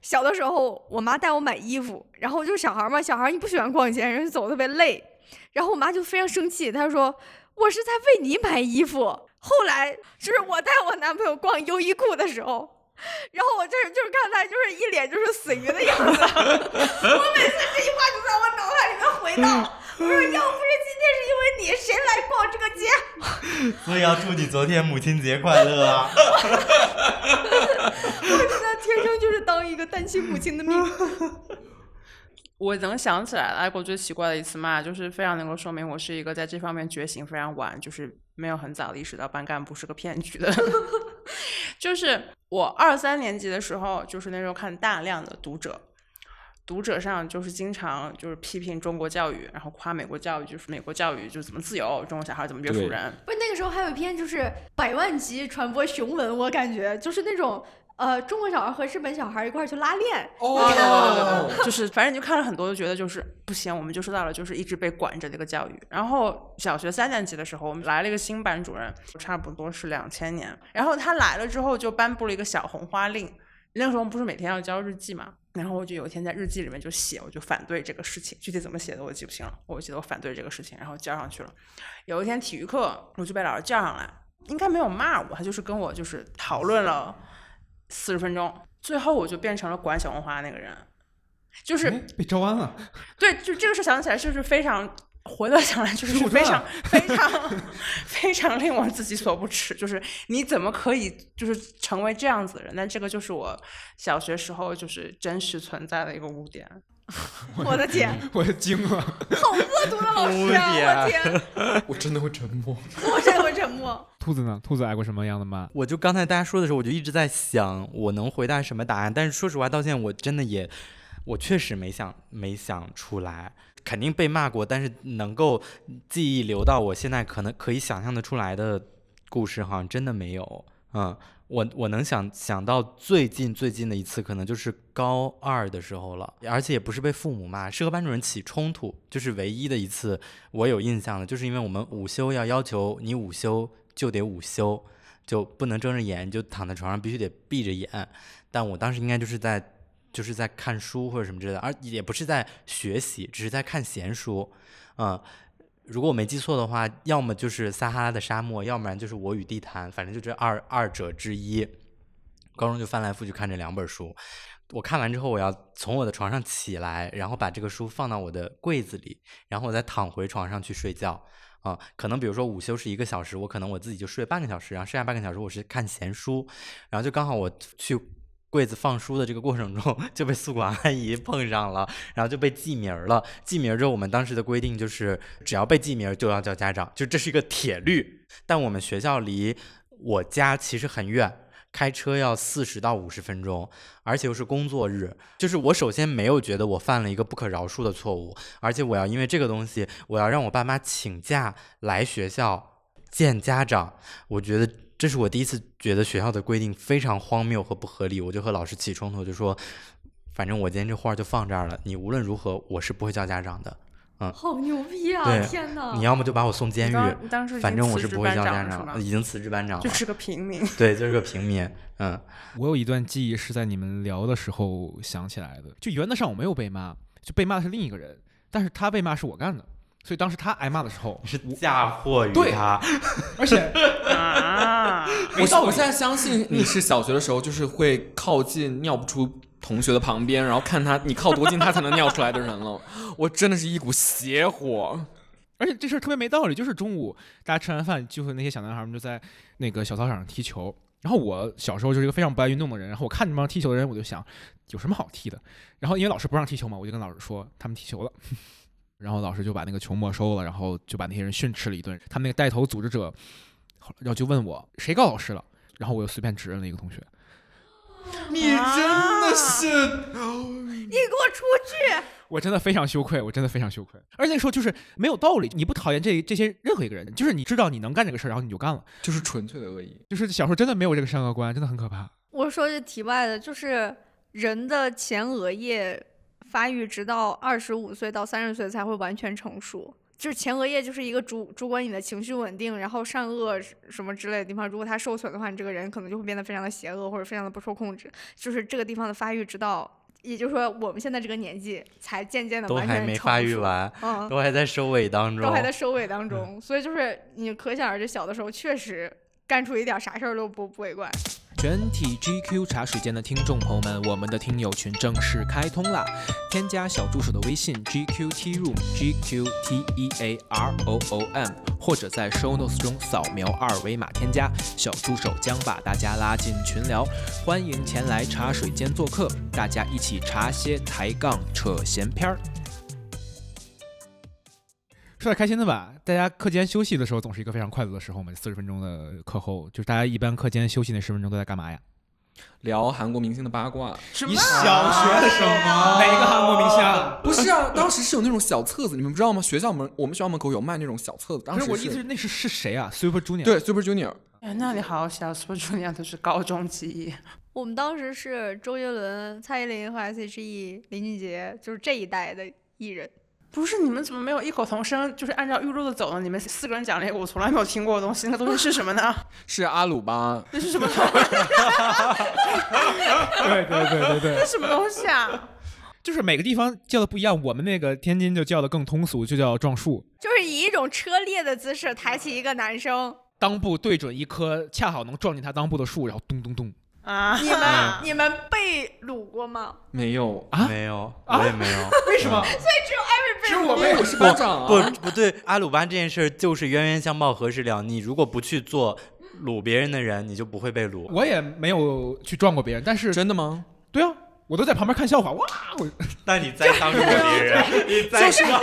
[SPEAKER 2] 小的时候我妈带我买衣服，然后就是小孩儿嘛，小孩儿你不喜欢逛街，人家走得特别累，然后我妈就非常生气，她说我是在为你买衣服。后来就是我带我男朋友逛优衣库的时候，然后我这就是看他就是一脸就是死鱼的样子，我每 次这句话就在我脑海里面回荡。我说要不是今天是因为你，谁来逛这个街？
[SPEAKER 3] 所以要祝你昨天母亲节快乐啊！
[SPEAKER 2] 我觉得天生就是当一个单亲母亲的命。
[SPEAKER 4] 我能想起来的挨过最奇怪的一次骂，就是非常能够说明我是一个在这方面觉醒非常晚，就是没有很早的意识到班干部是个骗局的。 就是我二三年级的时候，就是那时候看大量的读者，读者上就是经常就是批评中国教育，然后夸美国教育，就是美国教育就是怎么自由，中国小孩怎么约束
[SPEAKER 5] 对
[SPEAKER 4] 人，
[SPEAKER 2] 不是那个时候还有一篇就是百万级传播雄文，我感觉就是那种呃中国小孩和日本小孩一块儿去拉练，
[SPEAKER 5] 哦，
[SPEAKER 4] 就是反正你就看了很多，就觉得就是不行，我们就受到了就是一直被管着的一个教育。然后小学三年级的时候，我们来了一个新班主任，差不多是两千年。然后他来了之后，就颁布了一个小红花令。那个时候不是每天要交日记嘛，然后我就有一天在日记里面就写，我就反对这个事情，具体怎么写的我记不清了，我记得我反对这个事情，然后交上去了。有一天体育课，我就被老师叫上来，应该没有骂我，他就是跟我就是讨论了四十分钟，最后我就变成了管小红花那个人，就是
[SPEAKER 1] 哎被招安了，
[SPEAKER 4] 对，就这个事想起来就是非常。回到想来，就是非常非常 非常令我自己所不齿，就是你怎么可以就是成为这样子的人？但这个就是我小学时候就是真实存在的一个污点。
[SPEAKER 2] 我的天，
[SPEAKER 1] 我惊了。
[SPEAKER 2] 好恶毒的老师 啊！我
[SPEAKER 3] 污点
[SPEAKER 2] 天，
[SPEAKER 5] 我真的会沉默。
[SPEAKER 2] 我这会沉默。
[SPEAKER 1] 兔子呢？兔子挨过什么样的骂？
[SPEAKER 3] 我就刚才大家说的时候，我就一直在想我能回答什么答案，但是说实话，到现在我真的也，我确实没想没想出来。肯定被骂过，但是能够记忆留到我现在可能可以想象得出来的故事，好像真的没有。嗯，我我能想想到最近最近的一次，可能就是高二的时候了，而且也不是被父母骂，是和班主任起冲突，就是唯一的一次我有印象的，就是因为我们午休要要求你午休就得午休，就不能睁着眼，就躺在床上必须得闭着眼。但我当时应该就是在就是在看书或者什么之类的，而也不是在学习，只是在看闲书。嗯，如果我没记错的话，要么就是撒哈拉的沙漠，要不然就是我与地坛，反正就这二二者之一。高中就翻来覆去看这两本书，我看完之后，我要从我的床上起来，然后把这个书放到我的柜子里，然后我再躺回床上去睡觉。啊、可能比如说午休是一个小时，我可能我自己就睡半个小时，然后剩下半个小时我是看闲书，然后就刚好我去柜子放书的这个过程中 就被宿管阿姨碰上了，然后就被记名儿了。记名儿之后，我们当时的规定就是只要被记名儿就要叫家长，就这是一个铁律。但我们学校离我家其实很远。开车要四十到五十分钟，而且又是工作日。就是我首先没有觉得我犯了一个不可饶恕的错误，而且我要因为这个东西，我要让我爸妈请假来学校见家长。我觉得这是我第一次觉得学校的规定非常荒谬和不合理，我就和老师起冲突，就说，反正我今天这画就放这儿了，你无论如何我是不会叫家长的，
[SPEAKER 2] 好牛逼啊！
[SPEAKER 3] 对
[SPEAKER 2] 天哪！
[SPEAKER 3] 你要么就把我送监
[SPEAKER 4] 嗯你
[SPEAKER 3] 狱
[SPEAKER 4] 当，你当时已经
[SPEAKER 3] 反正我
[SPEAKER 4] 辞
[SPEAKER 3] 是
[SPEAKER 4] 职
[SPEAKER 3] 不会
[SPEAKER 4] 班
[SPEAKER 3] 叫
[SPEAKER 4] 长
[SPEAKER 3] 家
[SPEAKER 4] 了是
[SPEAKER 3] 长
[SPEAKER 4] 吗
[SPEAKER 3] 的，已经辞职班长了，
[SPEAKER 4] 就是个平民，
[SPEAKER 3] 对，就是个平民， 嗯。
[SPEAKER 1] 我有一段记忆是在你们聊的时候想起来的，就原则上我没有被骂，就被骂的是另一个人，但是他被骂是我干的，所以当时他挨骂的时候，
[SPEAKER 3] 是嫁祸于
[SPEAKER 5] 对
[SPEAKER 3] 他，
[SPEAKER 1] 而且
[SPEAKER 4] 啊，
[SPEAKER 5] 我现我现在相
[SPEAKER 3] 嗯
[SPEAKER 5] 信你是小学的时候，就是会靠近尿不出同学的旁边，然后看他你靠多近他才能尿出来的人了。我真的是一股邪火，
[SPEAKER 1] 而且这事儿特别没道理，就是中午大家吃完饭，就是那些小男孩儿们就在那个小操场上踢球。然后我小时候就是一个非常不爱运动的人，然后我看这帮踢球的人，我就想有什么好踢的。然后因为老师不让踢球嘛，我就跟老师说他们踢球了， 然后老师就把那个球没收了，然后就把那些人训斥了一顿。他们那个带头组织者，后来然后就问我谁告老师了，然后我又随便指认了一个同学。
[SPEAKER 3] 你真的
[SPEAKER 2] 你给我出去！
[SPEAKER 1] 我真的非常羞愧，我真的非常羞愧。而且那时候就是没有道理，你不讨厌这这些任何一个人，就是你知道你能干这个事儿，然后你就干了。
[SPEAKER 5] 就是纯粹的恶意。
[SPEAKER 1] 就是小时候真的没有这个善恶观，真的很可怕。
[SPEAKER 2] 我说这题外的，就是人的前额叶发育直到二十五岁到三十岁才会完全成熟。就是前额叶就是一个主主管你的情绪稳定，然后善恶什么之类的地方，如果它受损的话，你这个人可能就会变得非常的邪恶或者非常的不受控制。就是这个地方的发育，直到也就是说我们现在这个年纪才渐渐的
[SPEAKER 3] 都
[SPEAKER 2] 完全
[SPEAKER 3] 还没
[SPEAKER 2] 成
[SPEAKER 3] 发育
[SPEAKER 2] 熟，
[SPEAKER 3] 完，
[SPEAKER 2] 嗯，
[SPEAKER 3] 都还在收尾当中，
[SPEAKER 2] 都还在收尾当
[SPEAKER 3] 嗯
[SPEAKER 2] 中，所以就是你可想而知，小的时候确实干出一点啥事儿都不不为怪。
[SPEAKER 1] 全体 GQ 茶水间的听众朋友们，我们的听友群正式开通啦！添加小助手的微信 GQT Room G Q T E A R O O M，或者在 Show Notes 中扫描二维码添加，小助手将把大家拉进群聊。欢迎前来茶水间做客，大家一起茶歇、抬杠、扯闲篇儿。说点开心的吧，大家课间休息的时候总是一个非常快乐的时候嘛。四十分钟的课后，就是大家一般课间休息那十分钟都在干嘛呀？
[SPEAKER 5] 聊韩国明星的八卦，
[SPEAKER 1] 你小学的时候哪一个韩国明星啊？
[SPEAKER 5] 不是啊，当时是有那种小册子，你们不知道吗？学校门我们学校门口有卖那种小册子，当
[SPEAKER 1] 不
[SPEAKER 5] 时
[SPEAKER 1] 是我的意思是那是是谁啊？Super Junior。
[SPEAKER 5] 对 Super Junior，
[SPEAKER 4] 哎，那你好小，Super Junior 都是高中记忆。
[SPEAKER 2] 我们当时是周杰伦、蔡依林和 S.H.E、林俊杰，就是这一代的艺人。
[SPEAKER 4] 不是你们怎么没有异口同声，就是按照预录的走呢？你们四个人讲了一个我从来没有听过的东西，那个东西是什么呢？
[SPEAKER 5] 是阿鲁巴，
[SPEAKER 4] 那是什么？
[SPEAKER 1] 对对对对对，
[SPEAKER 4] 那什么东西啊？
[SPEAKER 1] 就是每个地方叫的不一样，我们那个天津就叫的更通俗，就叫撞树。
[SPEAKER 2] 就是以一种车裂的姿势抬起一个男生，
[SPEAKER 1] 裆部对准一棵恰好能撞进他裆部的树，然后咚咚咚。
[SPEAKER 4] 啊！
[SPEAKER 2] 你们你们被掳过吗？
[SPEAKER 5] 没有，
[SPEAKER 1] 啊
[SPEAKER 3] 没有，我也没有。
[SPEAKER 1] 为什么？
[SPEAKER 5] 只有我被我是班长
[SPEAKER 3] 不
[SPEAKER 5] 啊，
[SPEAKER 3] 不对，阿鲁巴这件事儿就是冤冤相报何时了。你如果不去做掳别人的人，你就不会被掳。
[SPEAKER 1] 我也没有去撞过别人，但是
[SPEAKER 5] 真的吗？
[SPEAKER 1] 对啊，我都在旁边看笑话。哇，我
[SPEAKER 3] 那你再当过别人，你再当过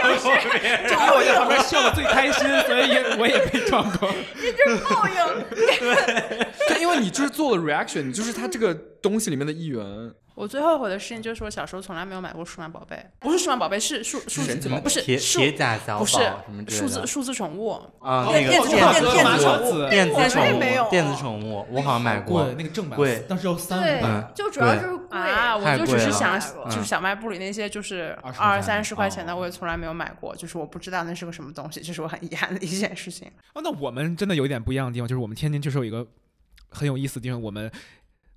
[SPEAKER 3] 别人，
[SPEAKER 1] 因为我在旁边笑的最开心，所以也我也被撞过。
[SPEAKER 2] 就是报应。
[SPEAKER 5] 对，因为你就是做了 reaction，你就是他这个东西里面的一员。
[SPEAKER 4] 我最后悔的事情就是我小时候从来没有买过数码宝贝，不是数码宝贝，是数数
[SPEAKER 5] 神奇
[SPEAKER 4] 字
[SPEAKER 5] 宝贝
[SPEAKER 4] 不是
[SPEAKER 3] 铁
[SPEAKER 4] 数
[SPEAKER 3] 铁甲小宝
[SPEAKER 4] 不是
[SPEAKER 3] 什么之类的
[SPEAKER 4] 数字数字宠物，
[SPEAKER 3] 啊，那个
[SPEAKER 4] 电子电子
[SPEAKER 3] 电
[SPEAKER 1] 电子
[SPEAKER 3] 子电
[SPEAKER 2] 我
[SPEAKER 3] 子
[SPEAKER 2] 还
[SPEAKER 3] 宠
[SPEAKER 2] 没有
[SPEAKER 3] 物，电子宠物，我好像买过。
[SPEAKER 1] 那个正版
[SPEAKER 3] 贵
[SPEAKER 1] 当时要三啊
[SPEAKER 2] 对
[SPEAKER 1] 百。
[SPEAKER 3] 嗯，
[SPEAKER 2] 就主要
[SPEAKER 3] 对
[SPEAKER 2] 就是贵。嗯
[SPEAKER 4] 啊，我
[SPEAKER 3] 太
[SPEAKER 4] 就
[SPEAKER 3] 贵
[SPEAKER 4] 只是
[SPEAKER 3] 了
[SPEAKER 2] 买
[SPEAKER 4] 想
[SPEAKER 2] 过，
[SPEAKER 4] 就是小卖部里那些就是
[SPEAKER 1] 二十
[SPEAKER 4] 二
[SPEAKER 1] 块钱
[SPEAKER 4] 三十块钱的，
[SPEAKER 1] 哦
[SPEAKER 4] 我也从来没有买过，就是我不知道那是个什么东西，这是我很遗憾的一件事情。
[SPEAKER 1] 哦，那我们真的有一点不一样的地方，就是我们天津确实有一个很有意思的地方，我们。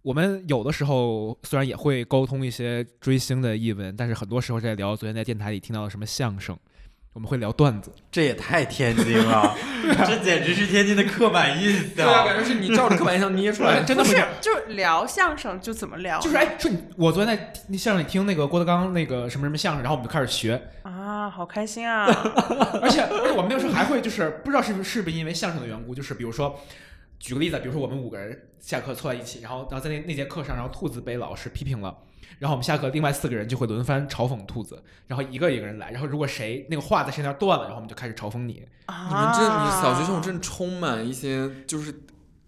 [SPEAKER 1] 我们有的时候虽然也会沟通一些追星的译文，但是很多时候在聊昨天在电台里听到的什么相声，我们会聊段子。
[SPEAKER 3] 这也太天津 了，这简直是天津的刻板印
[SPEAKER 5] 对啊，感
[SPEAKER 3] 象。
[SPEAKER 5] 觉是你照着刻板印象捏出 来的。
[SPEAKER 1] 真的
[SPEAKER 4] 不
[SPEAKER 1] 会
[SPEAKER 4] 是
[SPEAKER 1] 这样，
[SPEAKER 4] 就是聊相声就怎么聊呢，
[SPEAKER 1] 就是哎，说你我昨天在听相声里听那个郭德纲那个什么什么相声，然后我们就开始学，
[SPEAKER 4] 啊，好开心 啊！
[SPEAKER 1] 而且而且我们那个时候还会就是不知道是不是是不是因为相声的缘故，就是比如说举个例子，比如说我们五个人下课凑在一起，然后然后在那那节课上，然后兔子被老师批评了。然后我们下课，另外四个人就会轮番嘲讽兔子，然后一个一个人来，然后如果谁那个话在谁那儿断了，然后我们就开始嘲讽你。
[SPEAKER 4] 啊
[SPEAKER 5] 你们这，你小学生活真的充满一些就是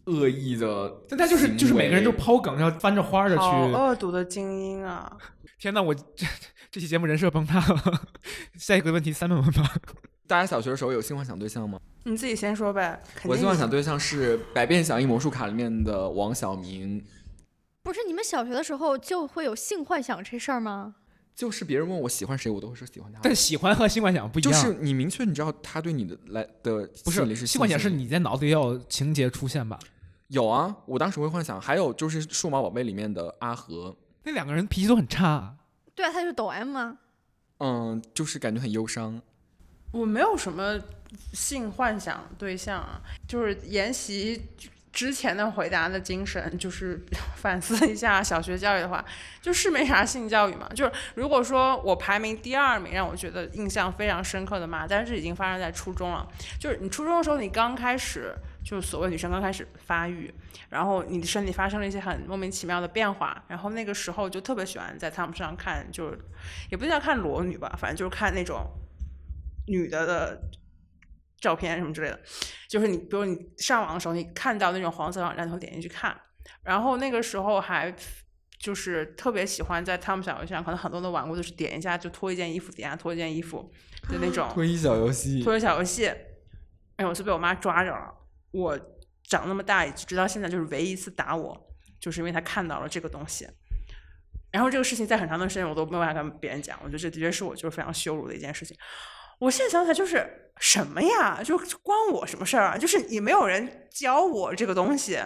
[SPEAKER 5] 恶意的，
[SPEAKER 1] 但他就是就是每个人就抛梗，然后翻着花儿的
[SPEAKER 4] 好哦
[SPEAKER 1] 去。
[SPEAKER 4] 恶毒的精英啊！
[SPEAKER 1] 天呐，我这 这期节目人设崩塌了。下一个问题三问问吧。
[SPEAKER 5] 大家小学的时候有性幻想对象吗？
[SPEAKER 4] 你自己先说呗。肯
[SPEAKER 5] 我
[SPEAKER 4] 定
[SPEAKER 5] 性幻想对象是《百变小樱魔术卡》里面的王小明，
[SPEAKER 2] 不是你们小学的时候就会有性幻想这事儿吗？
[SPEAKER 5] 就是别人问我喜欢谁，我都会说喜欢他。
[SPEAKER 1] 但喜欢和性幻想不一
[SPEAKER 5] 就
[SPEAKER 1] 样，
[SPEAKER 5] 是你明确你知道他对你的来的
[SPEAKER 1] 不
[SPEAKER 5] 吸引力
[SPEAKER 1] 是
[SPEAKER 5] 是
[SPEAKER 1] 性幻想是
[SPEAKER 5] 性
[SPEAKER 1] 你在脑子里要有情节出现吧？
[SPEAKER 5] 有啊，我当时会幻想，还有就是《数码宝贝》里面的阿和，
[SPEAKER 1] 那两个人脾气都很差，
[SPEAKER 2] 对啊，他就是抖 M 啊。
[SPEAKER 5] 嗯，就是感觉很忧伤。
[SPEAKER 4] 我没有什么性幻想对象啊，就是沿袭之前的回答的精神，就是 反思一下小学教育的话，就是没啥性教育嘛。就是如果说我排名第二名，让我觉得印象非常深刻的嘛，但是已经发生在初中了。就是你初中的时候，你刚开始。就是所谓女生刚开始发育，然后你的身体发生了一些很莫名其妙的变化，然后那个时候就特别喜欢在他们上看，就是也不叫看裸女吧，反正就是看那种女的的照片什么之类的，就是你比如你上网的时候，你看到那种黄色网站，你会点进去看，然后那个时候还就是特别喜欢在他们小游戏上，可能很多的玩过，就是点一下就脱一件衣服，点一下脱一件衣服的那种。
[SPEAKER 5] 脱衣小游戏
[SPEAKER 4] 脱，衣小游戏，哎，我是被我妈抓着了。我长那么大，直到现在就是唯一一次打我，就是因为她看到了这个东西。然后这个事情在很长段时间我都没有办法跟别人讲，我觉得这的确是我就是非常羞辱的一件事情。我现在想起来就是什么呀，就就关我什么事儿啊？就是也没有人教我这个东西，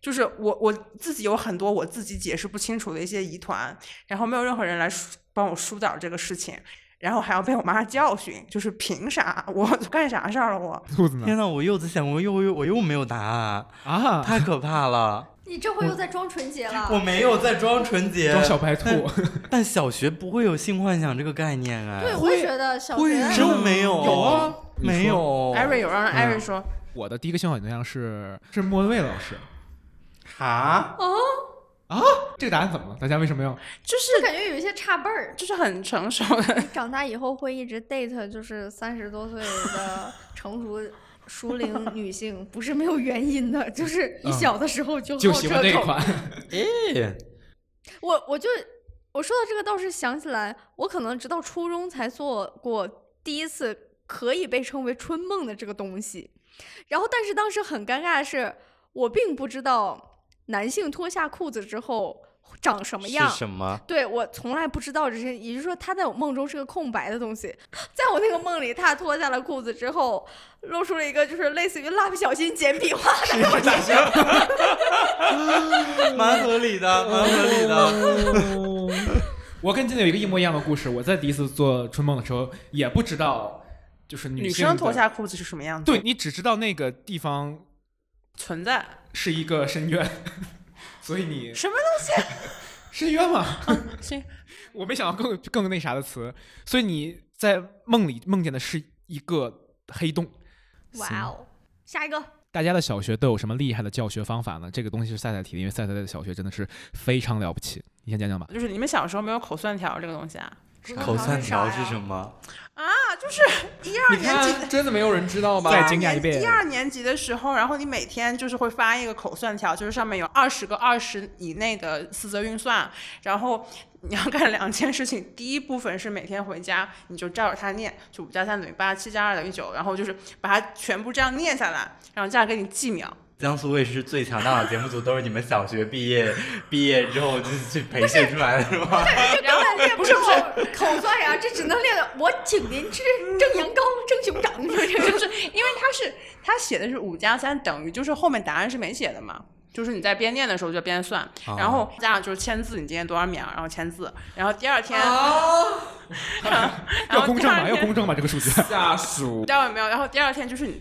[SPEAKER 4] 就是我我自己有很多我自己解释不清楚的一些疑团，然后没有任何人来疏帮我疏导这个事情，然后还要被我妈教训，就是凭啥我干啥事儿了我？
[SPEAKER 1] 兔子呢？
[SPEAKER 3] 天呐，我又在想，我又又我又没有答案，
[SPEAKER 1] 啊，
[SPEAKER 3] 太可怕了！
[SPEAKER 2] 你这回又在装纯洁了。
[SPEAKER 3] 我没有在装纯洁，
[SPEAKER 1] 装小白兔，
[SPEAKER 3] 但小学不会有性幻想这个概念啊，
[SPEAKER 2] 对，我也觉得小学
[SPEAKER 3] 真的没有，
[SPEAKER 1] 有啊，
[SPEAKER 3] 没有。
[SPEAKER 4] 艾瑞有让艾瑞说，
[SPEAKER 1] 我的第一个性幻想对象是是莫文蔚老师
[SPEAKER 3] 哈，
[SPEAKER 1] 啊，这个答案怎么了？大家为什么要？
[SPEAKER 4] 就是
[SPEAKER 2] 就感觉有一些差辈儿。
[SPEAKER 4] 就是很成熟的，
[SPEAKER 2] 长大以后会一直 date 就是三十多岁的成熟熟龄女性，不是没有原因的，就是你
[SPEAKER 1] 嗯
[SPEAKER 2] 小的时候就
[SPEAKER 1] 就
[SPEAKER 2] 好
[SPEAKER 1] 喜欢
[SPEAKER 2] 这
[SPEAKER 1] 这
[SPEAKER 2] 口
[SPEAKER 1] 款，
[SPEAKER 3] 哎，
[SPEAKER 2] 我我就我说到这个倒是想起来，我可能直到初中才做过第一次可以被称为春梦的这个东西，然后但是当时很尴尬的是，我并不知道男性脱下裤子之后长什么样
[SPEAKER 3] 是。什么？
[SPEAKER 2] 对我从来不知道这些，也就是说，他在我梦中是个空白的东西。在我那个梦里，他脱下了裤子之后，露出了一个就是类似于蜡笔小新简笔画的东西。
[SPEAKER 3] 蛮合理的，蛮合理的。
[SPEAKER 1] 我跟金姐有一个一模一样的故事。我在第一次做春梦的时候，也不知道，就是
[SPEAKER 4] 女
[SPEAKER 1] 性的
[SPEAKER 4] 生脱，下裤子是什么样子？
[SPEAKER 1] 对你只知道那个地方
[SPEAKER 4] 存在
[SPEAKER 1] 是一个深渊， 所以你
[SPEAKER 4] 什么 嗯
[SPEAKER 1] 深渊嘛，
[SPEAKER 4] 东西？
[SPEAKER 1] 我没想到更更那啥的词，所以你在梦里梦见的是一个黑洞。
[SPEAKER 2] 哇哦，下一个
[SPEAKER 1] 大家的小学都有什么厉害的教学方法呢？这个东西是赛赛提的，因为赛赛的小学真的是非常了不起。你先讲讲吧。
[SPEAKER 4] 就是你们小时候没有口蒜条这个东西啊？
[SPEAKER 3] 口
[SPEAKER 2] 算
[SPEAKER 3] 算条是什？么？
[SPEAKER 4] 啊，就是一二
[SPEAKER 5] 你
[SPEAKER 4] 年级
[SPEAKER 5] 看，真的没有人知道吧？
[SPEAKER 1] 再惊讶一
[SPEAKER 4] 年
[SPEAKER 1] 遍
[SPEAKER 4] 一二年级的时候，然后你每天就是会发一个口算条，就是上面有二十个二十以内的四则运算，然后你要干两件事情。第一部分是每天回家你就照着它念，就五加三等于八，七加二等于九，然后就是把它全部这样念下来，然后这样给你记秒。
[SPEAKER 3] 江苏卫视最强大脑节目组都是你们小学毕业毕业之后就是去培训出来的，是吗？
[SPEAKER 2] 这根本练不是口口算呀，这只能练我请您吃蒸羊羔、蒸熊 掌，
[SPEAKER 4] 就是因为它是它写的是五加三等于，就是后面答案是没写的嘛。就是你在边念的时候就边算，
[SPEAKER 1] 啊
[SPEAKER 4] 然后家长就是签字，你今天多少秒，然后签字，然后第二天， 然
[SPEAKER 1] 要
[SPEAKER 4] 后
[SPEAKER 1] 公
[SPEAKER 4] 第
[SPEAKER 1] 正吧，
[SPEAKER 4] 二
[SPEAKER 1] 要
[SPEAKER 4] 天
[SPEAKER 1] 公正吧，这个数据。
[SPEAKER 5] 下属
[SPEAKER 4] 知道有没有？然后第二天就是你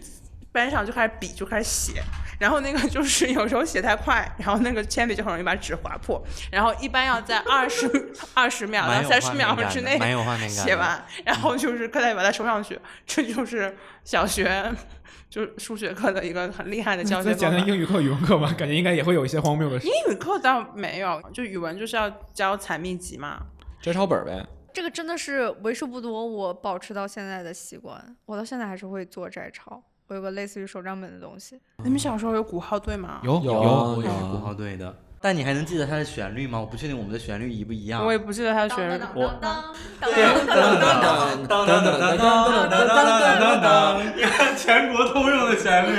[SPEAKER 4] 班上就开始笔就开始写，然后那个就是有时候写太快，然后那个铅笔就很容易把纸划破，然后一般要在二十二十秒
[SPEAKER 3] 蛮
[SPEAKER 4] 到
[SPEAKER 3] 有
[SPEAKER 4] 三
[SPEAKER 3] 画
[SPEAKER 4] 十
[SPEAKER 3] 面
[SPEAKER 4] 秒
[SPEAKER 3] 感
[SPEAKER 4] 之
[SPEAKER 3] 的
[SPEAKER 4] 内
[SPEAKER 3] 蛮有画面感的嗯
[SPEAKER 4] 写完，然后就是课代把它收上去，这就是小学就是数学课的一个很厉害的教
[SPEAKER 1] 嗯
[SPEAKER 4] 学
[SPEAKER 1] 再讲
[SPEAKER 4] 方
[SPEAKER 1] 讲
[SPEAKER 4] 法。
[SPEAKER 1] 英语课、语文课吧，感觉应该也会有一些荒谬的事。
[SPEAKER 4] 英语课倒没有，就语文就是要教采蜜集嘛，
[SPEAKER 5] 摘抄本儿呗。
[SPEAKER 2] 这个真的是为数不多我保持到现在的习惯，我到现在还是会做摘抄。我有个类似于手账本的东西，
[SPEAKER 3] 嗯
[SPEAKER 4] 你们小时候有鼓号队吗？
[SPEAKER 1] 有
[SPEAKER 5] 有
[SPEAKER 1] 有
[SPEAKER 5] 啊
[SPEAKER 3] 我也是
[SPEAKER 5] 有
[SPEAKER 3] 鼓号队的，但你还能记得它的旋律吗？我不确定我们的旋律一不一样。
[SPEAKER 4] 我也不记得他的学
[SPEAKER 2] 当
[SPEAKER 3] 我
[SPEAKER 2] 当当当
[SPEAKER 3] 噔
[SPEAKER 2] 当
[SPEAKER 3] 噔噔噔噔噔噔噔噔噔噔噔，你看全国通用的旋律，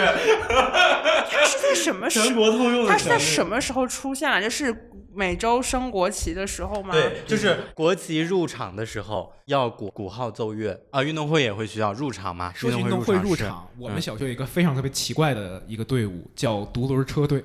[SPEAKER 4] 他是在什么时
[SPEAKER 3] 全国通用的旋律。
[SPEAKER 4] 它是在什么时候出现了？啊就是每周升国旗的时候吗？
[SPEAKER 3] 对，就是国旗入场的时候要鼓鼓号奏乐啊，运动会也会需要入场嘛。
[SPEAKER 1] 说起运动会入
[SPEAKER 3] 是
[SPEAKER 1] 场，嗯我们小学有一个非常特别奇怪的一个队伍，叫独轮车队，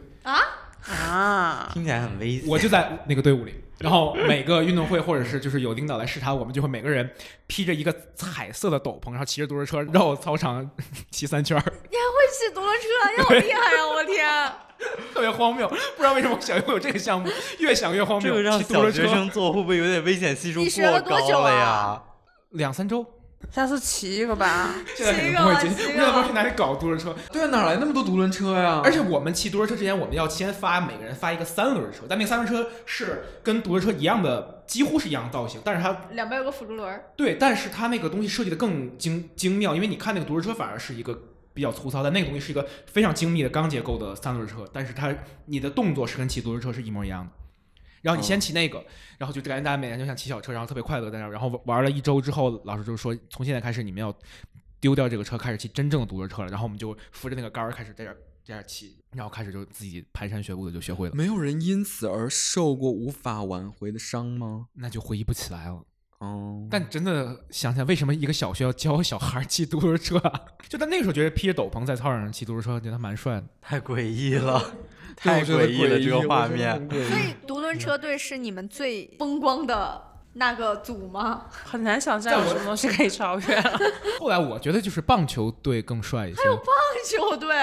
[SPEAKER 4] 啊，
[SPEAKER 3] 听起来很危险。
[SPEAKER 1] 我就在那个队伍里。然后每个运动会或者是就是有领导来视察，我们就会每个人披着一个彩色的斗篷，然后骑着独轮车绕操场骑三圈儿，
[SPEAKER 2] 会骑独轮车，你好厉害啊！我天，
[SPEAKER 1] 特别荒谬。不知道为 什么我小学会有这个项目，越想越荒
[SPEAKER 3] 这个
[SPEAKER 1] 谬。
[SPEAKER 3] 让
[SPEAKER 1] 骑独
[SPEAKER 3] 小
[SPEAKER 1] 轮
[SPEAKER 3] 学
[SPEAKER 1] 车
[SPEAKER 3] 生做会不会有点危险系数
[SPEAKER 2] 你学了
[SPEAKER 3] 过
[SPEAKER 2] 多久
[SPEAKER 3] 高了呀
[SPEAKER 2] 啊？
[SPEAKER 1] 两三周，
[SPEAKER 4] 下次骑一个吧。
[SPEAKER 1] 现在肯定
[SPEAKER 2] 骑一
[SPEAKER 1] 不
[SPEAKER 2] 个
[SPEAKER 1] 会
[SPEAKER 2] 吧
[SPEAKER 1] 骑。
[SPEAKER 2] 骑一
[SPEAKER 1] 我
[SPEAKER 2] 个
[SPEAKER 1] 也不知道
[SPEAKER 2] 吧
[SPEAKER 1] 去哪里搞独轮车，
[SPEAKER 5] 对啊，哪来那么多独轮车呀？
[SPEAKER 1] 而且我们骑独轮车之前，我们要先发每个人发一个三轮车，但那个三轮车是跟独轮车一样的，几乎是一样的造型，但是它
[SPEAKER 2] 两边有个辅助轮儿，
[SPEAKER 1] 对，但是它那个东西设计的更精精妙，因为你看那个独轮车反而是一个比较粗糙，但那个东西是一个非常精密的钢结构的三轮车，但是它你的动作是跟骑独轮车是一模一样的。然后你先骑那个，然后就感觉大家每天就像骑小车，然后特别快乐在那儿。然后玩了一周之后，老师就说从现在开始你们要丢掉这个车，开始骑真正的独轮车了。然后我们就扶着那个杆儿开始在这儿在这样骑，然后开始就自己蹒跚学步的就学会了，
[SPEAKER 5] 没有人因此而受过无法挽回的伤吗？
[SPEAKER 1] 那就回忆不起来了。
[SPEAKER 5] 哦，
[SPEAKER 1] 但真的想想，为什么一个小学要教小孩儿骑独轮车、啊？ 就他那个时候觉得披着斗篷在操场上骑独轮车，觉得蛮帅的。
[SPEAKER 3] 太诡异了，
[SPEAKER 5] 对
[SPEAKER 3] 太
[SPEAKER 5] 我觉得
[SPEAKER 3] 诡异了
[SPEAKER 5] 诡
[SPEAKER 3] 这个
[SPEAKER 5] 我觉
[SPEAKER 3] 画
[SPEAKER 5] 得
[SPEAKER 3] 面
[SPEAKER 5] 很诡异
[SPEAKER 2] 所以独轮车队是你们最风光的那个组吗？
[SPEAKER 4] 很难想象有什么东西可以超越了。
[SPEAKER 1] 后来我觉得就是棒球队更帅一些。
[SPEAKER 2] 棒球队，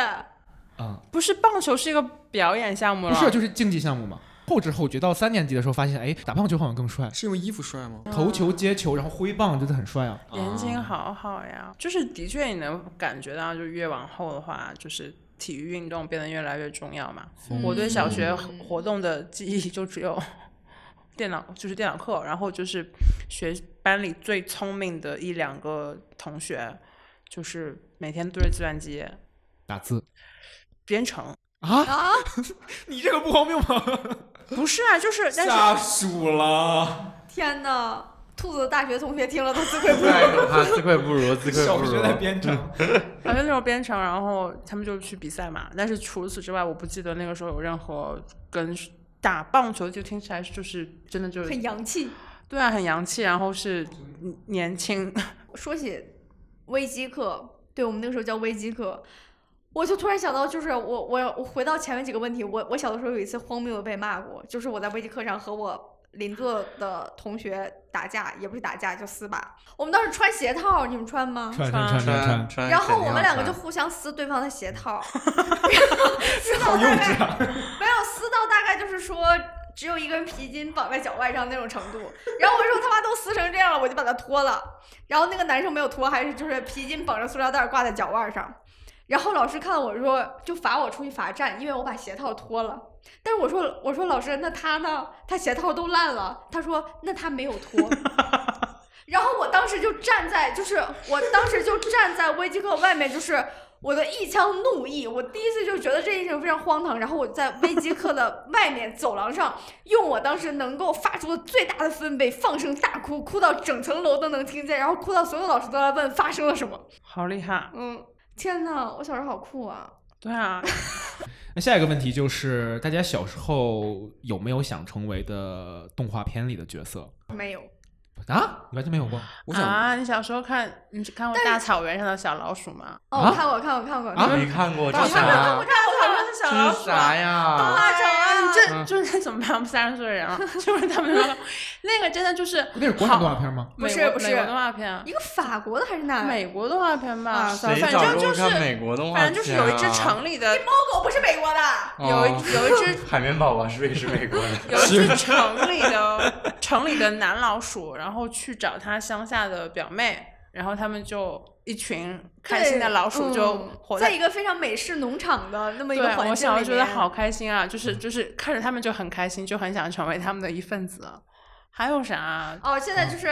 [SPEAKER 1] 嗯，
[SPEAKER 4] 不是棒球是一个表演项目
[SPEAKER 1] 不
[SPEAKER 4] 了，
[SPEAKER 1] 是，就是竞技项目嘛。后知后觉，到三年级的时候发现，哎，打棒球好像更帅，
[SPEAKER 5] 是因为衣服帅吗？
[SPEAKER 1] 投球、接球，然后挥棒，真的很帅啊。
[SPEAKER 4] 眼睛好好呀。就是的确你能感觉到，就越往后的话，就是体育运动变得越来越重要嘛。我对小学活动的记忆就只有 电脑，就是电脑课，然后就是学班里最聪明的一两个同学，就是每天对着计算机
[SPEAKER 1] 打字
[SPEAKER 4] 编程。
[SPEAKER 1] 啊？你这个不荒谬吗？
[SPEAKER 4] 不是啊，就是但是
[SPEAKER 5] 属了，
[SPEAKER 2] 天哪！兔子的大学同学听了都自愧不
[SPEAKER 3] 太
[SPEAKER 2] 如。
[SPEAKER 3] 可怕，自愧不如，自愧不如。
[SPEAKER 1] 编程，
[SPEAKER 4] 反正那种编程，然后他们就去比赛嘛。但是除此之外，我不记得那个时候有任何跟打棒球就听起来就是真的就是
[SPEAKER 2] 很洋气。
[SPEAKER 4] 对啊，很洋气，然后是年轻，
[SPEAKER 2] 说起微机课，对我们那个时候叫微机课，我就突然想到，就是我我我回到前面几个问题，我我小的时候有一次荒谬的被骂过，就是我在微机课上和我邻座的同学打架，也不是打架，就撕吧。我们当时穿鞋套，你们穿吗？
[SPEAKER 1] 穿穿穿穿
[SPEAKER 3] 穿
[SPEAKER 1] 穿，
[SPEAKER 3] 穿，
[SPEAKER 2] 然后我们两个就
[SPEAKER 3] 肯定要穿
[SPEAKER 2] 互相撕对方的鞋 套，撕到大概
[SPEAKER 3] 啊
[SPEAKER 2] 没有撕到大概就是说只有一根皮筋绑在脚腕上那种程度。然后我说他妈都撕成这样了，我就把它脱了。然后那个男生没有脱，还是就是皮筋绑着塑料袋挂在脚腕上。然后老师看我说就罚我出去罚站，因为我把鞋套脱了。但是我说我说老师那他呢？他鞋套都烂了。他说那他没有脱。然后我当时就站在，就是我当时就站在微机课外面，就是我的一腔怒意。我第一次就觉得这件事情非常荒唐。然后我在微机课的外面走廊上，用我当时能够发出的最大的分贝放声大哭，哭到整层楼都能听见，然后哭到所有老师都来问发生了什么。
[SPEAKER 4] 好厉害。
[SPEAKER 2] 嗯，天呐，我小时候好酷啊！
[SPEAKER 4] 对啊，
[SPEAKER 1] 那下一个问题就是，大家小时候有没有想成为的动画片里的角色
[SPEAKER 2] 没有，
[SPEAKER 1] 啊？你完全没有过
[SPEAKER 5] 我想
[SPEAKER 4] 啊，你小时候看你看过《大草原上的小老鼠》吗？
[SPEAKER 2] 哦，
[SPEAKER 1] 啊
[SPEAKER 2] 我看过，看过，看过。
[SPEAKER 1] 啊
[SPEAKER 3] 没看过，这
[SPEAKER 1] 大
[SPEAKER 3] 啥
[SPEAKER 1] 象
[SPEAKER 3] 呀？
[SPEAKER 2] 我看
[SPEAKER 4] 大
[SPEAKER 2] 过，
[SPEAKER 4] 草
[SPEAKER 2] 看过。
[SPEAKER 3] 这
[SPEAKER 4] 原上的小老
[SPEAKER 3] 是
[SPEAKER 4] 鼠
[SPEAKER 3] 啥
[SPEAKER 4] 啊。
[SPEAKER 3] 呀？嗯
[SPEAKER 2] 大草原，这
[SPEAKER 4] 这就是怎么办？我们三十岁人了，啊就是他们说那个真的就是
[SPEAKER 1] 那是国产动画片吗？
[SPEAKER 2] 不
[SPEAKER 4] 美
[SPEAKER 2] 是
[SPEAKER 4] 国
[SPEAKER 2] 不是
[SPEAKER 4] 美国动画片，啊
[SPEAKER 2] 一个法国的还是哪？
[SPEAKER 4] 美国动画片吧，
[SPEAKER 2] 啊
[SPEAKER 4] 反
[SPEAKER 3] 谁
[SPEAKER 4] 反
[SPEAKER 3] 找
[SPEAKER 4] 正
[SPEAKER 3] 着
[SPEAKER 4] 就
[SPEAKER 3] 我
[SPEAKER 4] 是
[SPEAKER 3] 看美国动画
[SPEAKER 4] 反正就是有一只
[SPEAKER 3] 片啊
[SPEAKER 4] 城里的
[SPEAKER 2] 猫狗不是美国的。
[SPEAKER 4] 有一
[SPEAKER 5] 哦
[SPEAKER 4] 有一只
[SPEAKER 3] 海绵宝宝是不是也是美国的？
[SPEAKER 4] 有一只城里的城里的男老鼠，然后去找他乡下的表妹，然后他们就一群开心的老鼠
[SPEAKER 2] 对
[SPEAKER 4] 就
[SPEAKER 2] 嗯
[SPEAKER 4] 活
[SPEAKER 2] 在
[SPEAKER 4] 在。
[SPEAKER 2] 一个非常美式农场的那么一
[SPEAKER 4] 对
[SPEAKER 2] 个环境，
[SPEAKER 4] 我小时候觉得好。开心啊，就是就是看着他们就很开心，就很想成为他们的一份子。还有啥啊？。
[SPEAKER 2] 哦，现在就是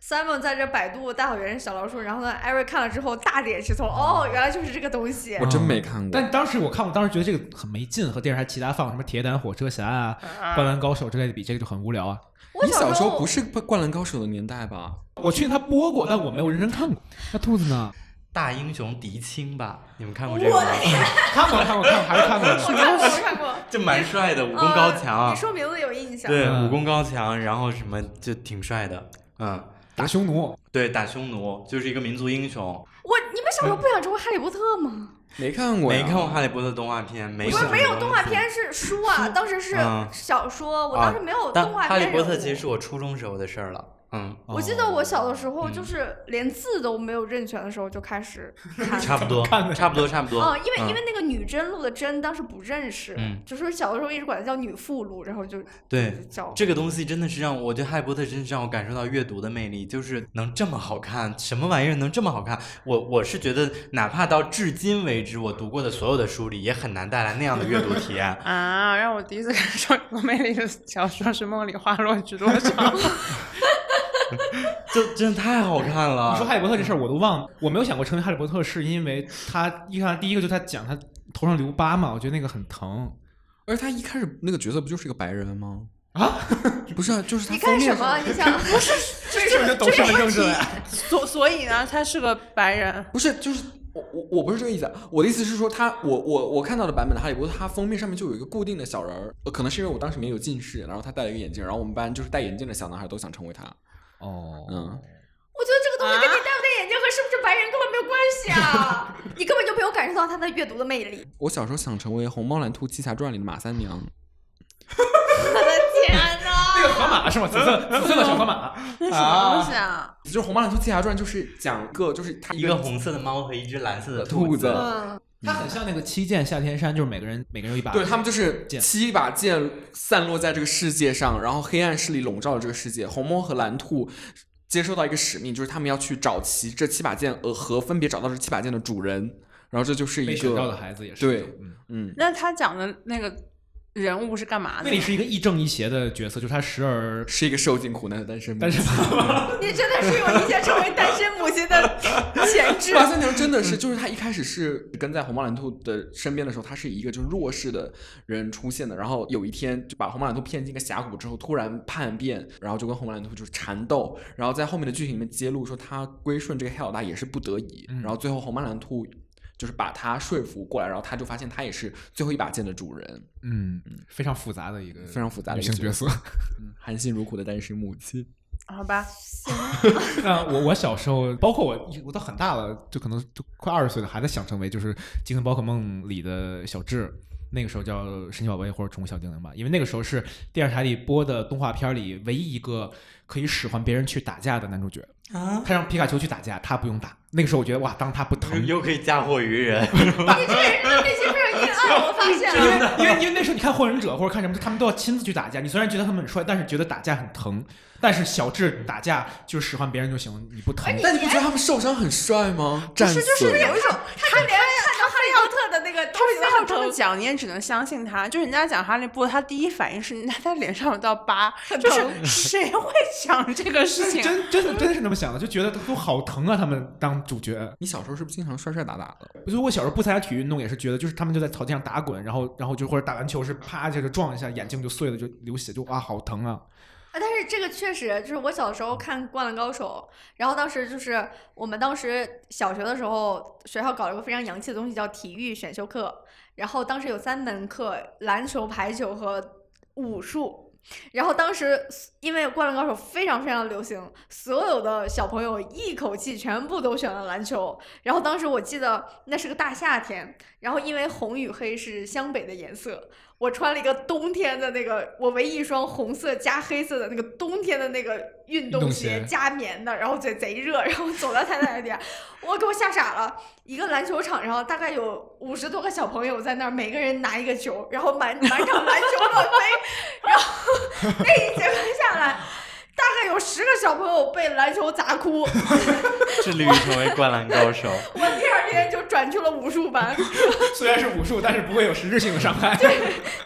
[SPEAKER 2] Simon 在这百度大草原小老鼠，然后呢，Eric 看了之后大点吃醋，哦，原来就是这个东西
[SPEAKER 5] 我。真没看过，
[SPEAKER 1] 但当时我看，我当时觉得这个很没劲，和电视台其他放什么《铁胆火车侠》啊、《灌篮高手》之类的比，这个就很无聊啊。
[SPEAKER 2] 我
[SPEAKER 5] 你小
[SPEAKER 2] 时
[SPEAKER 5] 时候不是《灌篮高手》的年代吧？
[SPEAKER 1] 我去，他播过，但我没有认真看过。那兔子呢？
[SPEAKER 3] 大英雄狄青吧，你们看过这个
[SPEAKER 2] 我
[SPEAKER 3] 吗？
[SPEAKER 1] 看过，看过，看过，还是看过
[SPEAKER 2] 我
[SPEAKER 1] 的。
[SPEAKER 2] 看过，我看过。
[SPEAKER 3] 这蛮帅的，武 功高
[SPEAKER 2] 呃
[SPEAKER 3] 强啊
[SPEAKER 2] 你，说名字有印象。
[SPEAKER 3] 对，
[SPEAKER 1] 嗯
[SPEAKER 3] 武功高强，然后什么就挺帅的，嗯，
[SPEAKER 1] 打匈奴，
[SPEAKER 3] 对，打匈奴就是一个民族英雄。
[SPEAKER 2] 我你们小时候不想成为哈利波特吗？
[SPEAKER 5] 没看过呀，
[SPEAKER 3] 没看过《哈利波特》动画片，没
[SPEAKER 2] 不
[SPEAKER 3] 想
[SPEAKER 2] 是
[SPEAKER 3] 过
[SPEAKER 2] 没有动画片是书啊，当时是
[SPEAKER 3] 嗯
[SPEAKER 2] 小说，我
[SPEAKER 3] 啊
[SPEAKER 2] 当时没有
[SPEAKER 3] 但
[SPEAKER 2] 动画片。
[SPEAKER 3] 哈利波特》其实是我初中时候的事儿了，嗯，
[SPEAKER 2] 我记得我小的时候
[SPEAKER 3] 嗯
[SPEAKER 2] 就是连字都没有认全的时候就开始看
[SPEAKER 3] 差不多，差不多，差不多。
[SPEAKER 2] 哦，因为、
[SPEAKER 3] 嗯
[SPEAKER 2] 因为那个女真路的真当时不认识，
[SPEAKER 3] 嗯
[SPEAKER 2] 就是小的时候一直管它叫女附录，然后就
[SPEAKER 3] 对
[SPEAKER 2] 就叫
[SPEAKER 3] 这个东西真的是让我我觉得《哈利波特》真是让我感受到阅读的魅力，就是能这么好看，什么玩意儿能这么好看？我我是觉得，哪怕到至今为止我读过的所有的书里，也很难带来那样的阅读体 验
[SPEAKER 4] 啊，让我第一次感受有魅力的小说是《梦里花落知多少》，
[SPEAKER 3] 就真的太好看了。
[SPEAKER 1] 你说哈利波特这事儿我都忘了，我没有想过成为哈利波特，是因为他一看第一个就他讲他头上留疤嘛，我觉得那个很疼。
[SPEAKER 5] 而他一开始那个角色不就是一个白人吗？不是啊，就是他
[SPEAKER 2] 你
[SPEAKER 5] 封
[SPEAKER 2] 干什
[SPEAKER 5] 面
[SPEAKER 2] 么？
[SPEAKER 5] 上，
[SPEAKER 2] 你想不是哎
[SPEAKER 1] 这事儿就懂身份证出来。
[SPEAKER 4] 所所以呢，他是个白人，
[SPEAKER 5] 不是就是。我我我不是这个意思啊，我的意思是说他，我我我看到的版本的《哈利波特》，它封面上面就有一个固定的小人儿，呃可能是因为我当时没有近视，然后他戴了一个眼镜，然后我们班就是戴眼镜的小男孩都想成为他，
[SPEAKER 1] 哦，
[SPEAKER 5] 嗯，
[SPEAKER 2] 我觉得这个东西跟你戴不戴眼镜和是不是白人根本没有关系啊！你根本就没有感受到他的阅读的魅力。
[SPEAKER 5] 我小时候想成为《虹猫蓝兔七侠传》里的马三娘，
[SPEAKER 2] 我的天哪！
[SPEAKER 1] 那个河马是吗？紫色 紫色的小河马，
[SPEAKER 4] 那什么东西啊？
[SPEAKER 5] 就是《虹猫蓝兔七侠传》，就是讲一个就是他
[SPEAKER 3] 一个红色的猫和一只蓝色的
[SPEAKER 5] 兔
[SPEAKER 3] 子，
[SPEAKER 5] 子
[SPEAKER 4] 嗯，
[SPEAKER 1] 它很像那个七剑下天山，就是每个人每个人有一把。
[SPEAKER 5] 对他们就是
[SPEAKER 1] 剑
[SPEAKER 5] 七把剑散落在这个世界上，然后黑暗势力笼罩了这个世界。红猫和蓝兔接受到一个使命，就是他们要去找齐这七把剑呃和分别找到这七把剑的主人。然后这就是
[SPEAKER 1] 被
[SPEAKER 5] 一
[SPEAKER 1] 选到的
[SPEAKER 5] 个
[SPEAKER 1] 孩子也是。
[SPEAKER 5] 对
[SPEAKER 1] 嗯，
[SPEAKER 5] 嗯，
[SPEAKER 4] 那他讲的那个人物是干嘛
[SPEAKER 1] 那
[SPEAKER 4] 的？
[SPEAKER 1] 里是一个亦正亦邪的角色，就是他时而，
[SPEAKER 5] 是一个受尽苦难的单身。
[SPEAKER 1] 但是
[SPEAKER 2] 你 真的是有一些成为单身母亲的潜质。
[SPEAKER 5] 马三娘真的是，就是她一开始是跟在红毛蓝兔的身边的时候，她是以一个就是弱势的人出现的。然后有一天就把红毛蓝兔骗进一个峡谷之后，突然叛变，然后就跟红毛蓝兔就是缠斗。然后在后面的剧情里面揭露说，他归顺这个黑老大也是不得已。
[SPEAKER 1] 嗯
[SPEAKER 5] 然后最后红毛蓝兔就是把他说服过来，然后他就发现他也是最后一把剑的主人，
[SPEAKER 1] 嗯，非常复杂的一个
[SPEAKER 5] 非常复杂的
[SPEAKER 1] 嗯女
[SPEAKER 5] 一个
[SPEAKER 1] 性角色。
[SPEAKER 5] 嗯含辛茹苦的单身母亲。
[SPEAKER 4] 好吧，
[SPEAKER 1] 那我我小时候，包括我，我到很大了，就可能就快二十岁了，还在想成为就是《精灵宝可梦》里的小智。那个时候叫神奇宝贝或者宠物小精灵吧，因为那个时候是电视台里播的动画片里唯一一个可以使唤别人去打架的男主角。
[SPEAKER 3] 啊，
[SPEAKER 1] 他让皮卡丘去打架，他不用打。那个时候我觉得哇，当他不疼，
[SPEAKER 3] 又可以嫁祸于人，
[SPEAKER 2] 你这个人的内心非常阴暗，我发 现
[SPEAKER 1] 因为
[SPEAKER 2] 了。
[SPEAKER 1] 因为因为那时候你看《火影忍者》或者看什么，他们都要亲自去打架。你虽然觉得他们很帅，但是觉得打架很疼。但是小智打架就是使唤别人就行，你不疼。
[SPEAKER 5] 但你不觉得他们受伤很帅吗？战
[SPEAKER 2] 是就是
[SPEAKER 5] 损
[SPEAKER 2] 有一种，他就连看到哈利波特的那个，他
[SPEAKER 4] 他
[SPEAKER 2] 里面
[SPEAKER 4] 们
[SPEAKER 2] 很
[SPEAKER 4] 这么
[SPEAKER 2] 疼，
[SPEAKER 4] 讲，你也只能相信他。就是人家讲哈利波特，他第一反应是人家他脸上有道疤，就是谁会想这个事情？
[SPEAKER 1] 真真的真的是那么想的，就觉得都好疼啊！他们当主角，
[SPEAKER 5] 你小时候是不是经常摔摔打打的？
[SPEAKER 1] 所以我小时候不参加体育运动也是觉得，就是他们就在草地上打滚，然后然后就或者打篮球是啪一下就撞一下，眼睛就碎了，就流血，就啊好疼啊！
[SPEAKER 2] 啊，但是这个确实就是我小时候看《灌篮高手》，然后当时就是我们当时小学的时候，学校搞了个非常洋气的东西叫体育选修课，然后当时有三门课：篮球、排球和武术。然后当时因为《灌篮高手》非常非常流行，所有的小朋友一口气全部都选了篮球。然后当时我记得那是个大夏天，然后因为红与黑是湘北的颜色，我穿了一个冬天的那个，我唯一一双红色加黑色的那个冬天的那个运动
[SPEAKER 1] 运
[SPEAKER 2] 鞋
[SPEAKER 1] 动鞋
[SPEAKER 2] 加棉的，然后贼贼热，然后走到太太那边，我给我吓傻了。一个篮球场上大概有五十多个小朋友在那儿，每个人拿一个球，然后满满场篮球乱飞，然后那一节课哎下来。大概有十个小朋友被篮球砸哭，我
[SPEAKER 3] 致力于成为灌篮高手。
[SPEAKER 2] 第二天就转去了武术班，
[SPEAKER 1] 虽然是武术，但是不会有实质性的伤害。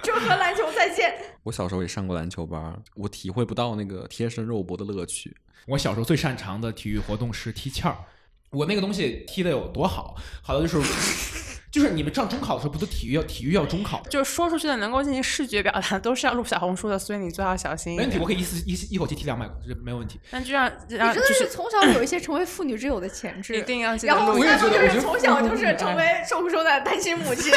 [SPEAKER 2] 就和篮球再见。
[SPEAKER 5] 我小时候也上过篮球班儿，我体会不到那个贴身肉搏的乐趣。
[SPEAKER 1] 我小时候最擅长的体育活动是踢毽儿，我那个东西踢的有多好，好的就是就是你们上中考的时候不都体育要体育要中考吗？
[SPEAKER 4] 就说出去的能够进行视觉表达，都是要录小红书的，所以你最好小心一
[SPEAKER 1] 没问题，
[SPEAKER 4] 点。
[SPEAKER 1] 我可以一次一次一口气踢两百个，这没有问题。
[SPEAKER 4] 但就让
[SPEAKER 2] 你
[SPEAKER 4] 让
[SPEAKER 2] 真
[SPEAKER 4] 就
[SPEAKER 2] 的啊是
[SPEAKER 4] 是
[SPEAKER 2] 从小有一些成为妇女之友的潜质，
[SPEAKER 4] 一定要记得
[SPEAKER 2] 然后
[SPEAKER 4] 录一
[SPEAKER 5] 也
[SPEAKER 2] 三
[SPEAKER 4] 下。
[SPEAKER 5] 觉
[SPEAKER 2] 后
[SPEAKER 5] 得
[SPEAKER 2] 就是
[SPEAKER 5] 我觉得
[SPEAKER 2] 从小
[SPEAKER 5] 父母
[SPEAKER 2] 就是
[SPEAKER 5] 很
[SPEAKER 2] 成
[SPEAKER 5] 爱
[SPEAKER 2] 为受苦受难的单亲母亲，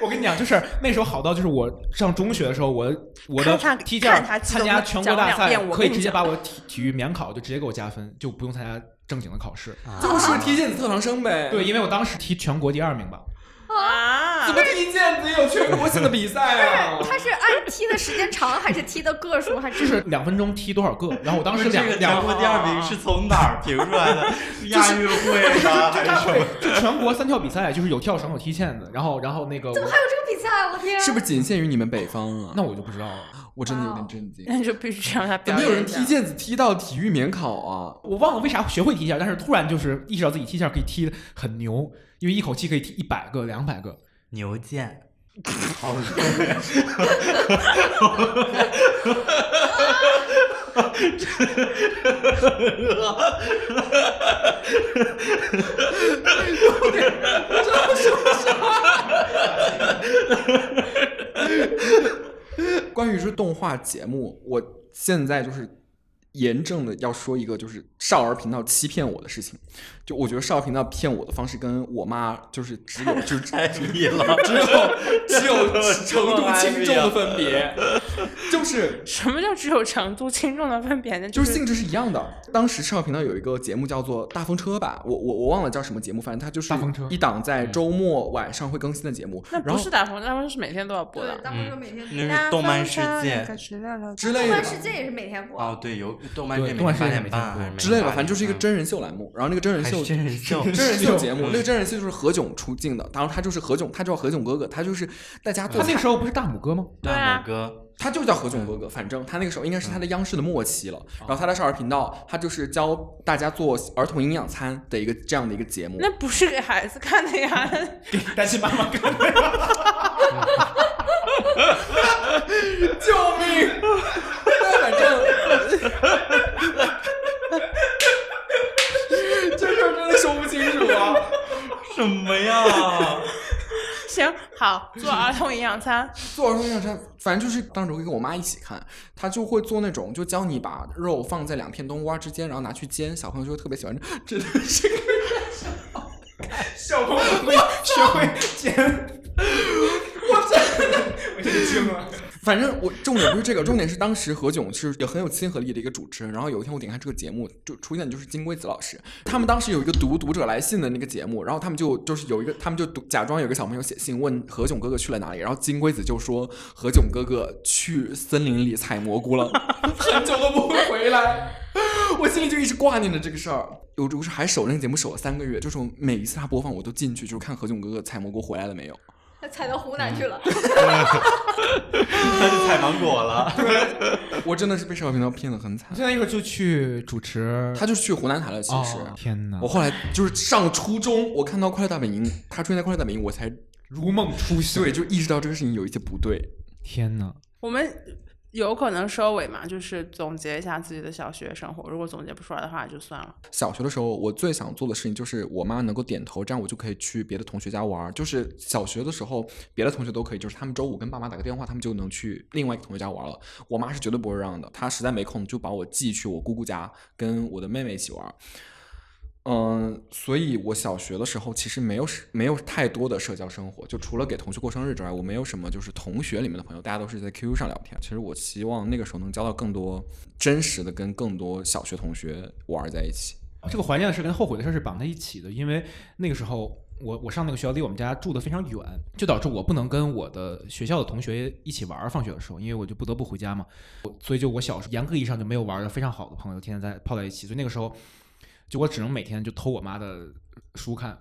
[SPEAKER 1] 我跟你讲，就是那时候好到就是我上中学的时候，我我的
[SPEAKER 4] 看他
[SPEAKER 1] 踢毽儿
[SPEAKER 4] 看他激
[SPEAKER 1] 参
[SPEAKER 4] 动
[SPEAKER 1] 加
[SPEAKER 4] 的
[SPEAKER 1] 全国
[SPEAKER 4] 讲
[SPEAKER 1] 大
[SPEAKER 4] 两
[SPEAKER 1] 赛
[SPEAKER 4] 遍，我
[SPEAKER 1] 可以
[SPEAKER 4] 跟你
[SPEAKER 1] 直接
[SPEAKER 4] 讲
[SPEAKER 1] 把我体体育免考就直接给我加分，就不用参加正经的考试。
[SPEAKER 5] 就是踢毽子特长生呗。
[SPEAKER 1] 对，，因为我当时踢全国第二名吧。
[SPEAKER 4] 啊
[SPEAKER 5] 怎么踢毽子也有全国性的比赛啊？
[SPEAKER 2] 他是按踢的时间长，还是踢的个数，还
[SPEAKER 1] 就是两分钟踢多少个，然后我当时两
[SPEAKER 3] 这个全
[SPEAKER 1] 两
[SPEAKER 3] 国第二名是从哪儿评出 来的？亚运会吗？还
[SPEAKER 1] 大
[SPEAKER 3] 是什
[SPEAKER 1] 会
[SPEAKER 3] 么？
[SPEAKER 1] 就全国三跳比赛，就是有跳绳有踢毽子，然后然后那个我
[SPEAKER 2] 还有这个比赛，啊我天！
[SPEAKER 5] 是不是仅限于你们北方啊？
[SPEAKER 1] 那我就不知道了，
[SPEAKER 5] 我真的有点震惊，
[SPEAKER 4] 那就必须让他
[SPEAKER 5] 怎
[SPEAKER 4] 表
[SPEAKER 5] 么
[SPEAKER 4] 演
[SPEAKER 5] 有人
[SPEAKER 4] 一
[SPEAKER 5] 踢
[SPEAKER 4] 下
[SPEAKER 5] 毽子踢到体育免考啊？
[SPEAKER 1] 我忘了为啥学会踢毽，但是突然就是意识到自己踢毽可以踢得很牛，因为一口气可以踢一百个、两百个。
[SPEAKER 3] 牛 剑，
[SPEAKER 5] 关于是动画节目，我现在就是严正的要说一个，就是少儿频道欺骗我的事情。就我觉得少儿频道骗我的方式，跟我妈就是只有 就是只
[SPEAKER 3] 太密了，
[SPEAKER 5] 只有只有
[SPEAKER 3] 这
[SPEAKER 5] 程
[SPEAKER 3] 么
[SPEAKER 5] 度
[SPEAKER 3] 安
[SPEAKER 5] 轻
[SPEAKER 3] 逸
[SPEAKER 5] 重的
[SPEAKER 3] 啊
[SPEAKER 5] 分别，就是
[SPEAKER 4] 什么叫只有长度轻重的分别呢？
[SPEAKER 5] 就是
[SPEAKER 4] 是
[SPEAKER 5] 性质是一样的。当时赤道频道有一个节目叫做《大风车》吧，我我我忘了叫什么节目，反正它就是
[SPEAKER 1] 大风车
[SPEAKER 5] 一档
[SPEAKER 3] 嗯
[SPEAKER 5] 在周末晚上会更新的节目。
[SPEAKER 4] 那
[SPEAKER 5] 然
[SPEAKER 4] 不
[SPEAKER 5] 后
[SPEAKER 4] 是打风，他们是每天都要播
[SPEAKER 2] 对，
[SPEAKER 4] 的。
[SPEAKER 2] 当时就每天
[SPEAKER 3] 那是动漫世界
[SPEAKER 5] 之类
[SPEAKER 2] 动
[SPEAKER 5] 的
[SPEAKER 2] 漫
[SPEAKER 5] 吧
[SPEAKER 2] 世界也是每天播。
[SPEAKER 5] 啊
[SPEAKER 3] 哦，对，有动漫
[SPEAKER 1] 对
[SPEAKER 3] 店每
[SPEAKER 1] 动漫店
[SPEAKER 3] 天八点
[SPEAKER 1] 每天
[SPEAKER 3] 半
[SPEAKER 1] 播
[SPEAKER 3] 还是
[SPEAKER 5] 之类的，
[SPEAKER 3] 8
[SPEAKER 5] 反正就是一个
[SPEAKER 3] 点
[SPEAKER 5] 真人秀栏目。然后那个真人
[SPEAKER 3] 半嗯
[SPEAKER 5] 秀
[SPEAKER 3] 还是真人秀，
[SPEAKER 5] 真人秀节目，
[SPEAKER 3] 嗯
[SPEAKER 5] 那个真人秀就是何炅出镜的，然后他就是何炅，他叫何炅哥哥，他就是大
[SPEAKER 3] 嗯
[SPEAKER 5] 家做
[SPEAKER 1] 他那个时候不是大拇 哥吗？
[SPEAKER 4] 对啊
[SPEAKER 3] 大拇哥，
[SPEAKER 5] 他就叫何
[SPEAKER 3] 嗯
[SPEAKER 5] 炅哥哥，反正他那个时候应该是他的央视的末期
[SPEAKER 3] 哦
[SPEAKER 5] 了。然后他在少儿频道，他就是教大家做儿童营养餐的一个这样的一个节目。
[SPEAKER 4] 那不是给孩子看的 呀，
[SPEAKER 1] 担心妈妈看。
[SPEAKER 5] 救命！但反正，这事儿真的说不清楚啊。
[SPEAKER 3] 什么呀？
[SPEAKER 4] 行，好，做儿童营养餐，
[SPEAKER 5] 做儿童营养餐，反正就是当时我会跟我妈一起看，她就会做那种，就教你把肉放在两片冬瓜之间，然后拿去煎，小朋友就会特别喜欢吃。真的是个
[SPEAKER 1] 小朋友会学会剪，我真的，我真的惊
[SPEAKER 5] 啊
[SPEAKER 1] 了。
[SPEAKER 5] 反正我重点不是这个，重点是当时何炅是也很有亲和力的一个主持人。然后有一天我点开这个节目，就出现的就是金龟子老师，他们当时有一个读读者来信的那个节目，然后他们就就是有一个，他们就读假装有一个小朋友写信问何炅哥哥去了哪里，然后金龟子就说何炅哥哥去森林里采蘑菇了，很久都不会回来。我心里就一直挂念着这个事儿。有我是还守那个节目守了三个月，就是我每一次他播放我都进去，就是看何炅哥哥采蘑菇回来了没有。
[SPEAKER 2] 他踩到湖南去 了，
[SPEAKER 3] 他去采芒果了，
[SPEAKER 5] 我真的是被少儿频道骗得很惨。
[SPEAKER 1] 现在一会儿就去主持，
[SPEAKER 5] 他就去湖南台了，其实。
[SPEAKER 1] 哦天哪
[SPEAKER 5] 我，后来就是上初中，我看到《快乐大本营》，他出现在《快乐大本营》，我才
[SPEAKER 1] 如梦初醒。
[SPEAKER 5] 对，就意识到这个事情有一些不对。
[SPEAKER 1] 天哪，
[SPEAKER 4] 我们有可能收尾嘛，就是总结一下自己的小学生活。如果总结不出来的话，就算了。
[SPEAKER 5] 小学的时候，我最想做的事情就是我妈能够点头，这样我就可以去别的同学家玩儿。就是小学的时候，别的同学都可以，就是他们周五跟爸妈打个电话，他们就能去另外一个同学家玩了。我妈是绝对不会让的，她实在没空就把我寄去我姑姑家，跟我的妹妹一起玩儿。嗯，所以我小学的时候其实没有是没有太多的社交生活，就除了给同学过生日之外，我没有什么就是同学里面的朋友，大家都是在 QQ 上聊天。其实我希望那个时候能交到更多真实的，跟更多小学同学玩儿在一起。
[SPEAKER 1] 这个怀念的事跟后悔的事是绑在一起的，因为那个时候我我上那个学校离我们家住的非常远，就导致我不能跟我的学校的同学一起玩儿。放学的时候，因为我就不得不回家嘛，我所以就我小时候严格意义上就没有玩的非常好的朋友，天天在泡在一起，所以那个时候就我只能每天就偷我妈的书看。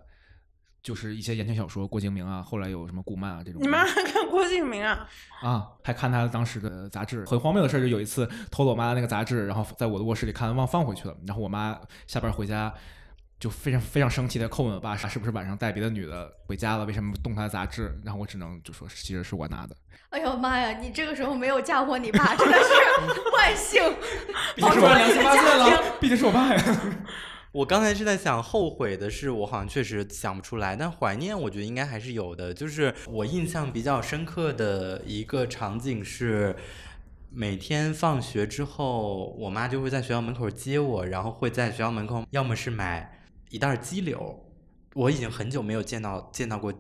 [SPEAKER 1] 就是一些言情小说，郭敬明啊，后来有什么顾漫啊这种。
[SPEAKER 4] 你妈还看郭敬明啊？
[SPEAKER 1] 啊，还看他当时的杂志。很荒谬的事儿，就有一次偷了我妈的那个杂志，然后在我的卧室里看，忘放回去了。然后我妈下班回家就非常非常生气的叩问我爸，是不是晚上带别的女的回家了？为什么动她的杂志？然后我只能就说，其实是我拿的。
[SPEAKER 2] 哎呦妈呀！你这个时候没有嫁祸你爸，真的是 万幸。
[SPEAKER 1] 毕
[SPEAKER 2] 竟是我良心发现
[SPEAKER 1] 了，毕竟是我爸呀。
[SPEAKER 3] 我刚才是在想，后悔的是我好像确实想不出来，但怀念我觉得应该还是有的。就是我印象比较深刻的一个场景是，每天放学之后，我妈就会在学校门口接我，然后会在学校门口，要么是买一袋鸡柳，我已经很久没有见到见到过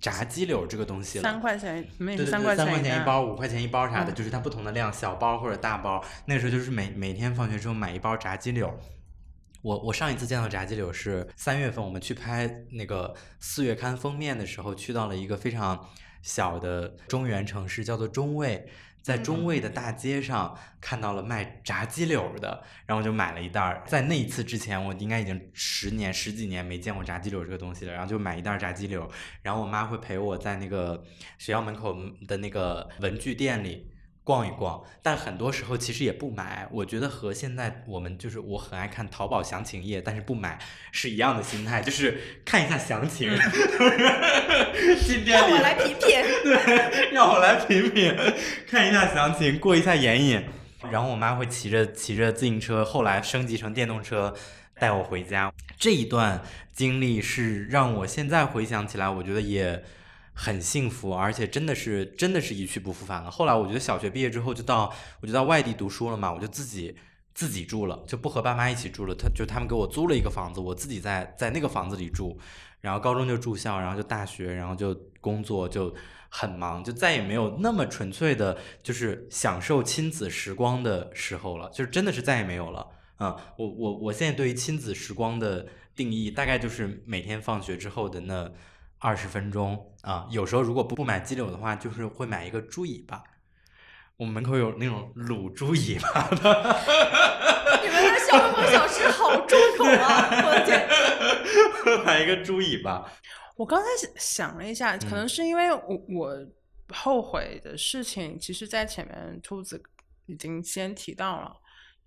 [SPEAKER 3] 炸鸡柳这个东西了，
[SPEAKER 4] 三块钱，没
[SPEAKER 3] 对对对，
[SPEAKER 4] 三
[SPEAKER 3] 三
[SPEAKER 4] 块钱
[SPEAKER 3] 钱
[SPEAKER 4] 袋
[SPEAKER 3] 包，五块钱一包啥的，
[SPEAKER 4] 嗯
[SPEAKER 3] 就是它不同的量，小包或者大包。那个时候就是每每天放学之后买一包炸鸡柳。我我上一次见到炸鸡柳是三月份，我们去拍那个四月刊封面的时候，去到了一个非常小的中原城市，叫做中卫。在
[SPEAKER 4] 嗯
[SPEAKER 3] 中卫的大街上看到了卖炸鸡柳的，然后就买了一袋儿。在那一次之前，我应该已经十年十几年没见过炸鸡柳这个东西了，然后就买一袋儿炸鸡柳，然后我妈会陪我在那个学校门口的那个文具店里逛一逛，但很多时候其实也不买。我觉得和现在我们就是我很爱看淘宝详情页，但是不买是一样的心态，就是看一下详情， 今天
[SPEAKER 2] 让嗯我
[SPEAKER 3] 里
[SPEAKER 2] 来品品。
[SPEAKER 3] 对，让我来品品，看一下详情，过一下眼瘾。然后我妈会骑着骑着自行车，后来升级成电动车带我回家。这一段经历是让我现在回想起来，我觉得也很幸福，而且真的是真的是一去不复返了。后来我觉得小学毕业之后就到我就到外地读书了嘛，我就自己自己住了，就不和爸妈一起住了。他就他们给我租了一个房子，我自己在在那个房子里住。然后高中就住校，然后就大学，然后就工作，就很忙，就再也没有那么纯粹的，就是享受亲子时光的时候了，就是真的是再也没有了。嗯，我我我现在对于亲子时光的定义，大概就是每天放学之后的那二十分钟啊、有时候如果不不买鸡柳的话，就是会买一个猪尾巴。我们门口有那种卤猪尾巴，
[SPEAKER 2] 你们的小火小吃好重口啊！我的天，
[SPEAKER 3] 买一个猪尾巴。
[SPEAKER 4] 我刚才想想了一下，可
[SPEAKER 3] 嗯
[SPEAKER 4] 能是因为我我后悔的事情，其实在前面兔子已经先提到了，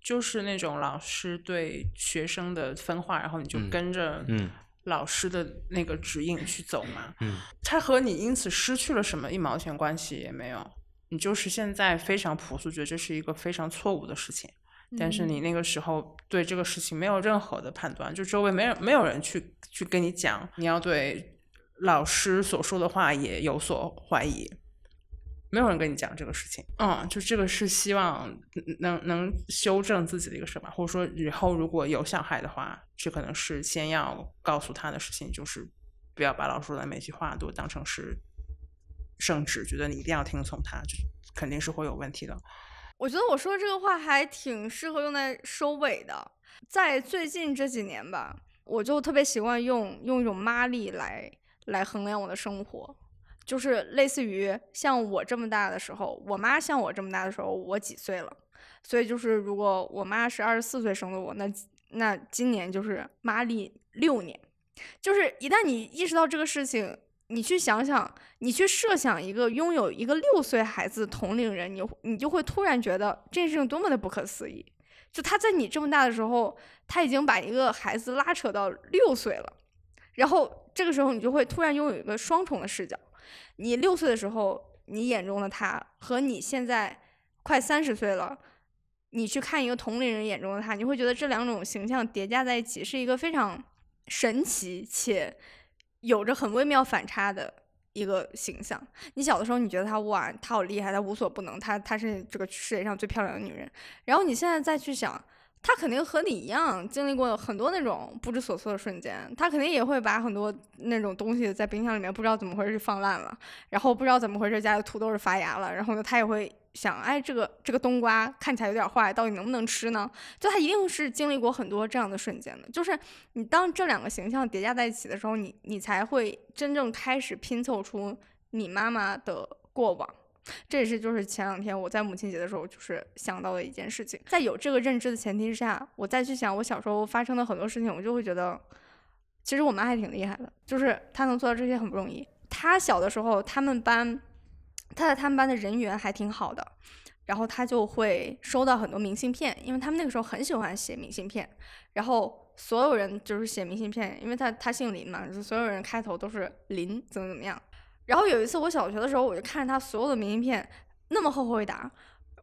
[SPEAKER 4] 就是那种老师对学生的分化，然后你就
[SPEAKER 3] 嗯
[SPEAKER 4] 跟着
[SPEAKER 3] 嗯
[SPEAKER 4] 老师的那个指引去走嘛。
[SPEAKER 3] 嗯，
[SPEAKER 4] 他和你因此失去了什么一毛钱关系也没有，你就是现在非常朴素，觉得这是一个非常错误的事情。但是你那个时候对这个事情没有任何的判断，就周围没有没有人去去跟你讲，你要对老师所说的话也有所怀疑，没有人跟你讲这个事情。嗯，就这个是希望能能修正自己的一个什么，或者说以后如果有小孩的话，这可能是先要告诉他的事情，就是不要把老师说的每句话都当成是圣旨，觉得你一定要听从他，就肯定是会有问题的。
[SPEAKER 2] 我觉得我说这个话还挺适合用在收尾的。在最近这几年吧，我就特别习惯用用一种妈力来来衡量我的生活，就是类似于像我这么大的时候，我妈像我这么大的时候，我几岁了？所以就是如果我妈是二十四岁生的我，那那今年就是妈力六年。就是一旦你意识到这个事情，你去想想，你去设想一个拥有一个六岁孩子的同龄人，你你就会突然觉得这件事情多么的不可思议。就他在你这么大的时候，他已经把一个孩子拉扯到六岁了，然后这个时候你就会突然拥有一个双重的视角。你六岁的时候，你眼中的他和你现在快三十岁了，你去看一个同龄人眼中的他，你会觉得这两种形象叠加在一起是一个非常神奇且有着很微妙反差的一个形象。你小的时候，你觉得她哇，她好厉害，她无所不能，她她是这个世界上最漂亮的女人。然后你现在再去想，她肯定和你一样经历过很多那种不知所措的瞬间，她肯定也会把很多那种东西在冰箱里面不知道怎么回事放烂了，然后不知道怎么回事家里土豆是发芽了，然后呢，她也会。想，哎，这个这个冬瓜看起来有点坏，到底能不能吃呢？就她一定是经历过很多这样的瞬间的。就是你当这两个形象叠加在一起的时候，你你才会真正开始拼凑出你妈妈的过往。这也是就是前两天我在母亲节的时候就是想到的一件事情。在有这个认知的前提之下，我再去想我小时候发生的很多事情，我就会觉得，其实我妈还挺厉害的，就是她能做到这些很不容易。她小的时候，他们班，她在他们班的人缘还挺好的，然后她就会收到很多明信片，因为他们那个时候很喜欢写明信片，然后。所有人就是写明信片，因为她她姓林嘛，就是所有人开头都是林，怎么怎么样。然后有一次我小学的时候，我就看着他所有的明信片那么厚厚一沓，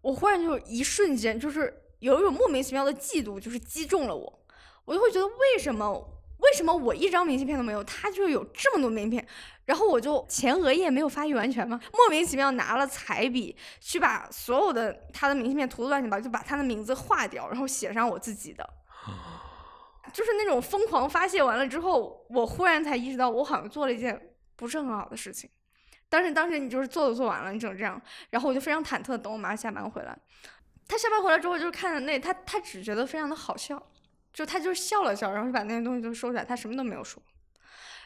[SPEAKER 2] 我忽然就一瞬间就是有一种莫名其妙的嫉妒，就是击中了我，我就会觉得为什么为什么我一张明信片都没有，他就有这么多明信片。然后我就前额叶没有发育完全嘛，莫名其妙拿了彩笔去把所有的他的明信片涂的乱七八糟，就把他的名字划掉，然后写上我自己的，就是那种疯狂发泄完了之后，我忽然才意识到我好像做了一件不是很好的事情。但是当时你就是做都做完了，你只能这样。然后我就非常忐忑，等我妈下班回来。她下班回来之后，就是看着那她，她只觉得非常的好笑，就她就是笑了笑，然后就把那些东西都收起来，她什么都没有说。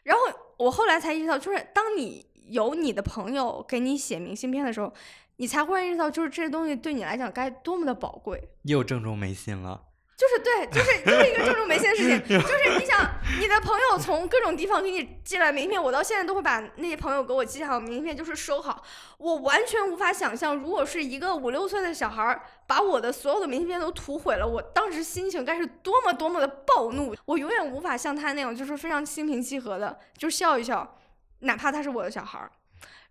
[SPEAKER 2] 然后我后来才意识到，就是当你有你的朋友给你写明信片的时候，你才忽然意识到，就是这些东西对你来讲该多么的宝贵。
[SPEAKER 3] 又正中眉心了。
[SPEAKER 2] 就是对，就是就是一个正中眉心的事情，就是你想你的朋友从各种地方给你寄来明信片，我到现在都会把那些朋友给我寄好的明信片就是收好，我完全无法想象，如果是一个五六岁的小孩儿把我的所有的明信片都涂毁了，我当时心情该是多么多么的暴怒，我永远无法像他那样，就是非常心平气和的，就笑一笑，哪怕他是我的小孩儿，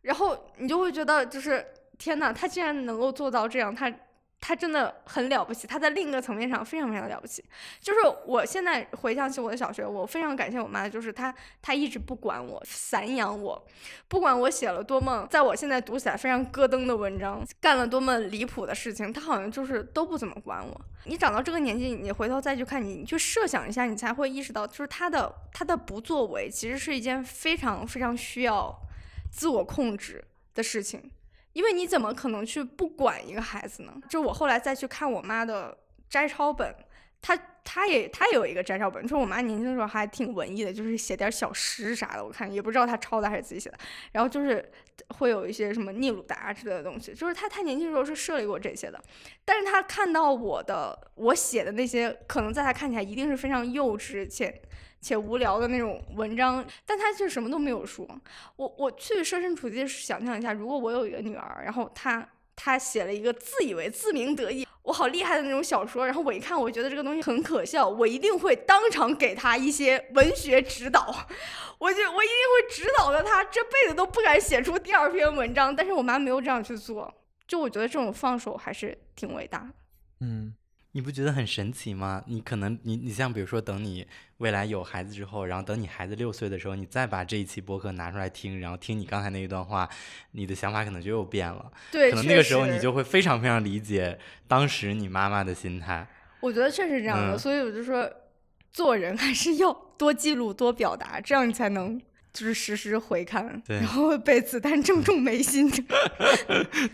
[SPEAKER 2] 然后你就会觉得就是天哪，他竟然能够做到这样，他他真的很了不起，他在另一个层面上非常非常的了不起。就是我现在回想起我的小学，我非常感谢我妈，就是她她一直不管我，散养我，不管我写了多么，在我现在读起来非常咯噔的文章，干了多么离谱的事情，她好像就是都不怎么管我。你长到这个年纪，你回头再去看你，你去设想一下，你才会意识到，就是她的她的不作为，其实是一件非常非常需要自我控制的事情。因为你怎么可能去不管一个孩子呢？就我后来再去看我妈的摘抄本，她她也她也有一个摘抄本，就是我妈年轻的时候还挺文艺的，就是写点小诗啥的，我看也不知道她抄的还是自己写的。然后就是会有一些什么聂鲁达之类的东西，就是她她年轻的时候是涉猎过这些的，但是她看到我的我写的那些，可能在她看起来一定是非常幼稚且。且无聊的那种文章，但她却什么都没有说。我我去设身处地想象一下，如果我有一个女儿，然后她她写了一个自以为自鸣得意，我好厉害的那种小说，然后我一看，我觉得这个东西很可笑，我一定会当场给她一些文学指导，我就我一定会指导的她这辈子都不敢写出第二篇文章。但是我妈没有这样去做，就我觉得这种放手还是挺伟大的。
[SPEAKER 5] 嗯，
[SPEAKER 3] 你不觉得很神奇吗？你可能你你像比如说，等你未来有孩子之后，然后等你孩子六岁的时候，你再把这一期播客拿出来听，然后听你刚才那一段话，你的想法可能就又变了。
[SPEAKER 2] 对，
[SPEAKER 3] 可能那个时候
[SPEAKER 2] 确实
[SPEAKER 3] 你就会非常非常理解当时你妈妈的心态。
[SPEAKER 2] 我觉得确实这样的，
[SPEAKER 3] 嗯
[SPEAKER 2] 所以我就说，做人还是要多记录、多表达，这样你才能就是实时回看，
[SPEAKER 3] 对
[SPEAKER 2] 然后被子弹 正中眉心，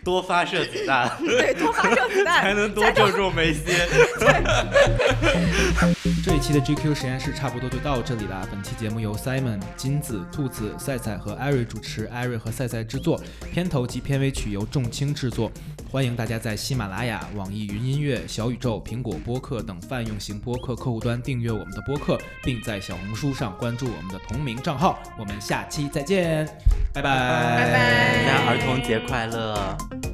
[SPEAKER 3] 多发射子弹
[SPEAKER 2] 对，多发射子弹
[SPEAKER 3] 才能多正中 眉心。
[SPEAKER 1] 这一期的 GQ 实验室差不多就到这里啦。本期节目由 Simon、金子、兔子、赛赛和艾瑞主持，艾瑞和赛赛制作，片头及片尾曲由众卿制作。欢迎大家在喜马拉雅、网易云音乐、小宇宙、苹果播客等泛用型播客客户端订阅我们的播客，并在小红书上关注我们的同名账号。我们下期再见，拜拜
[SPEAKER 3] 大家儿童节快乐！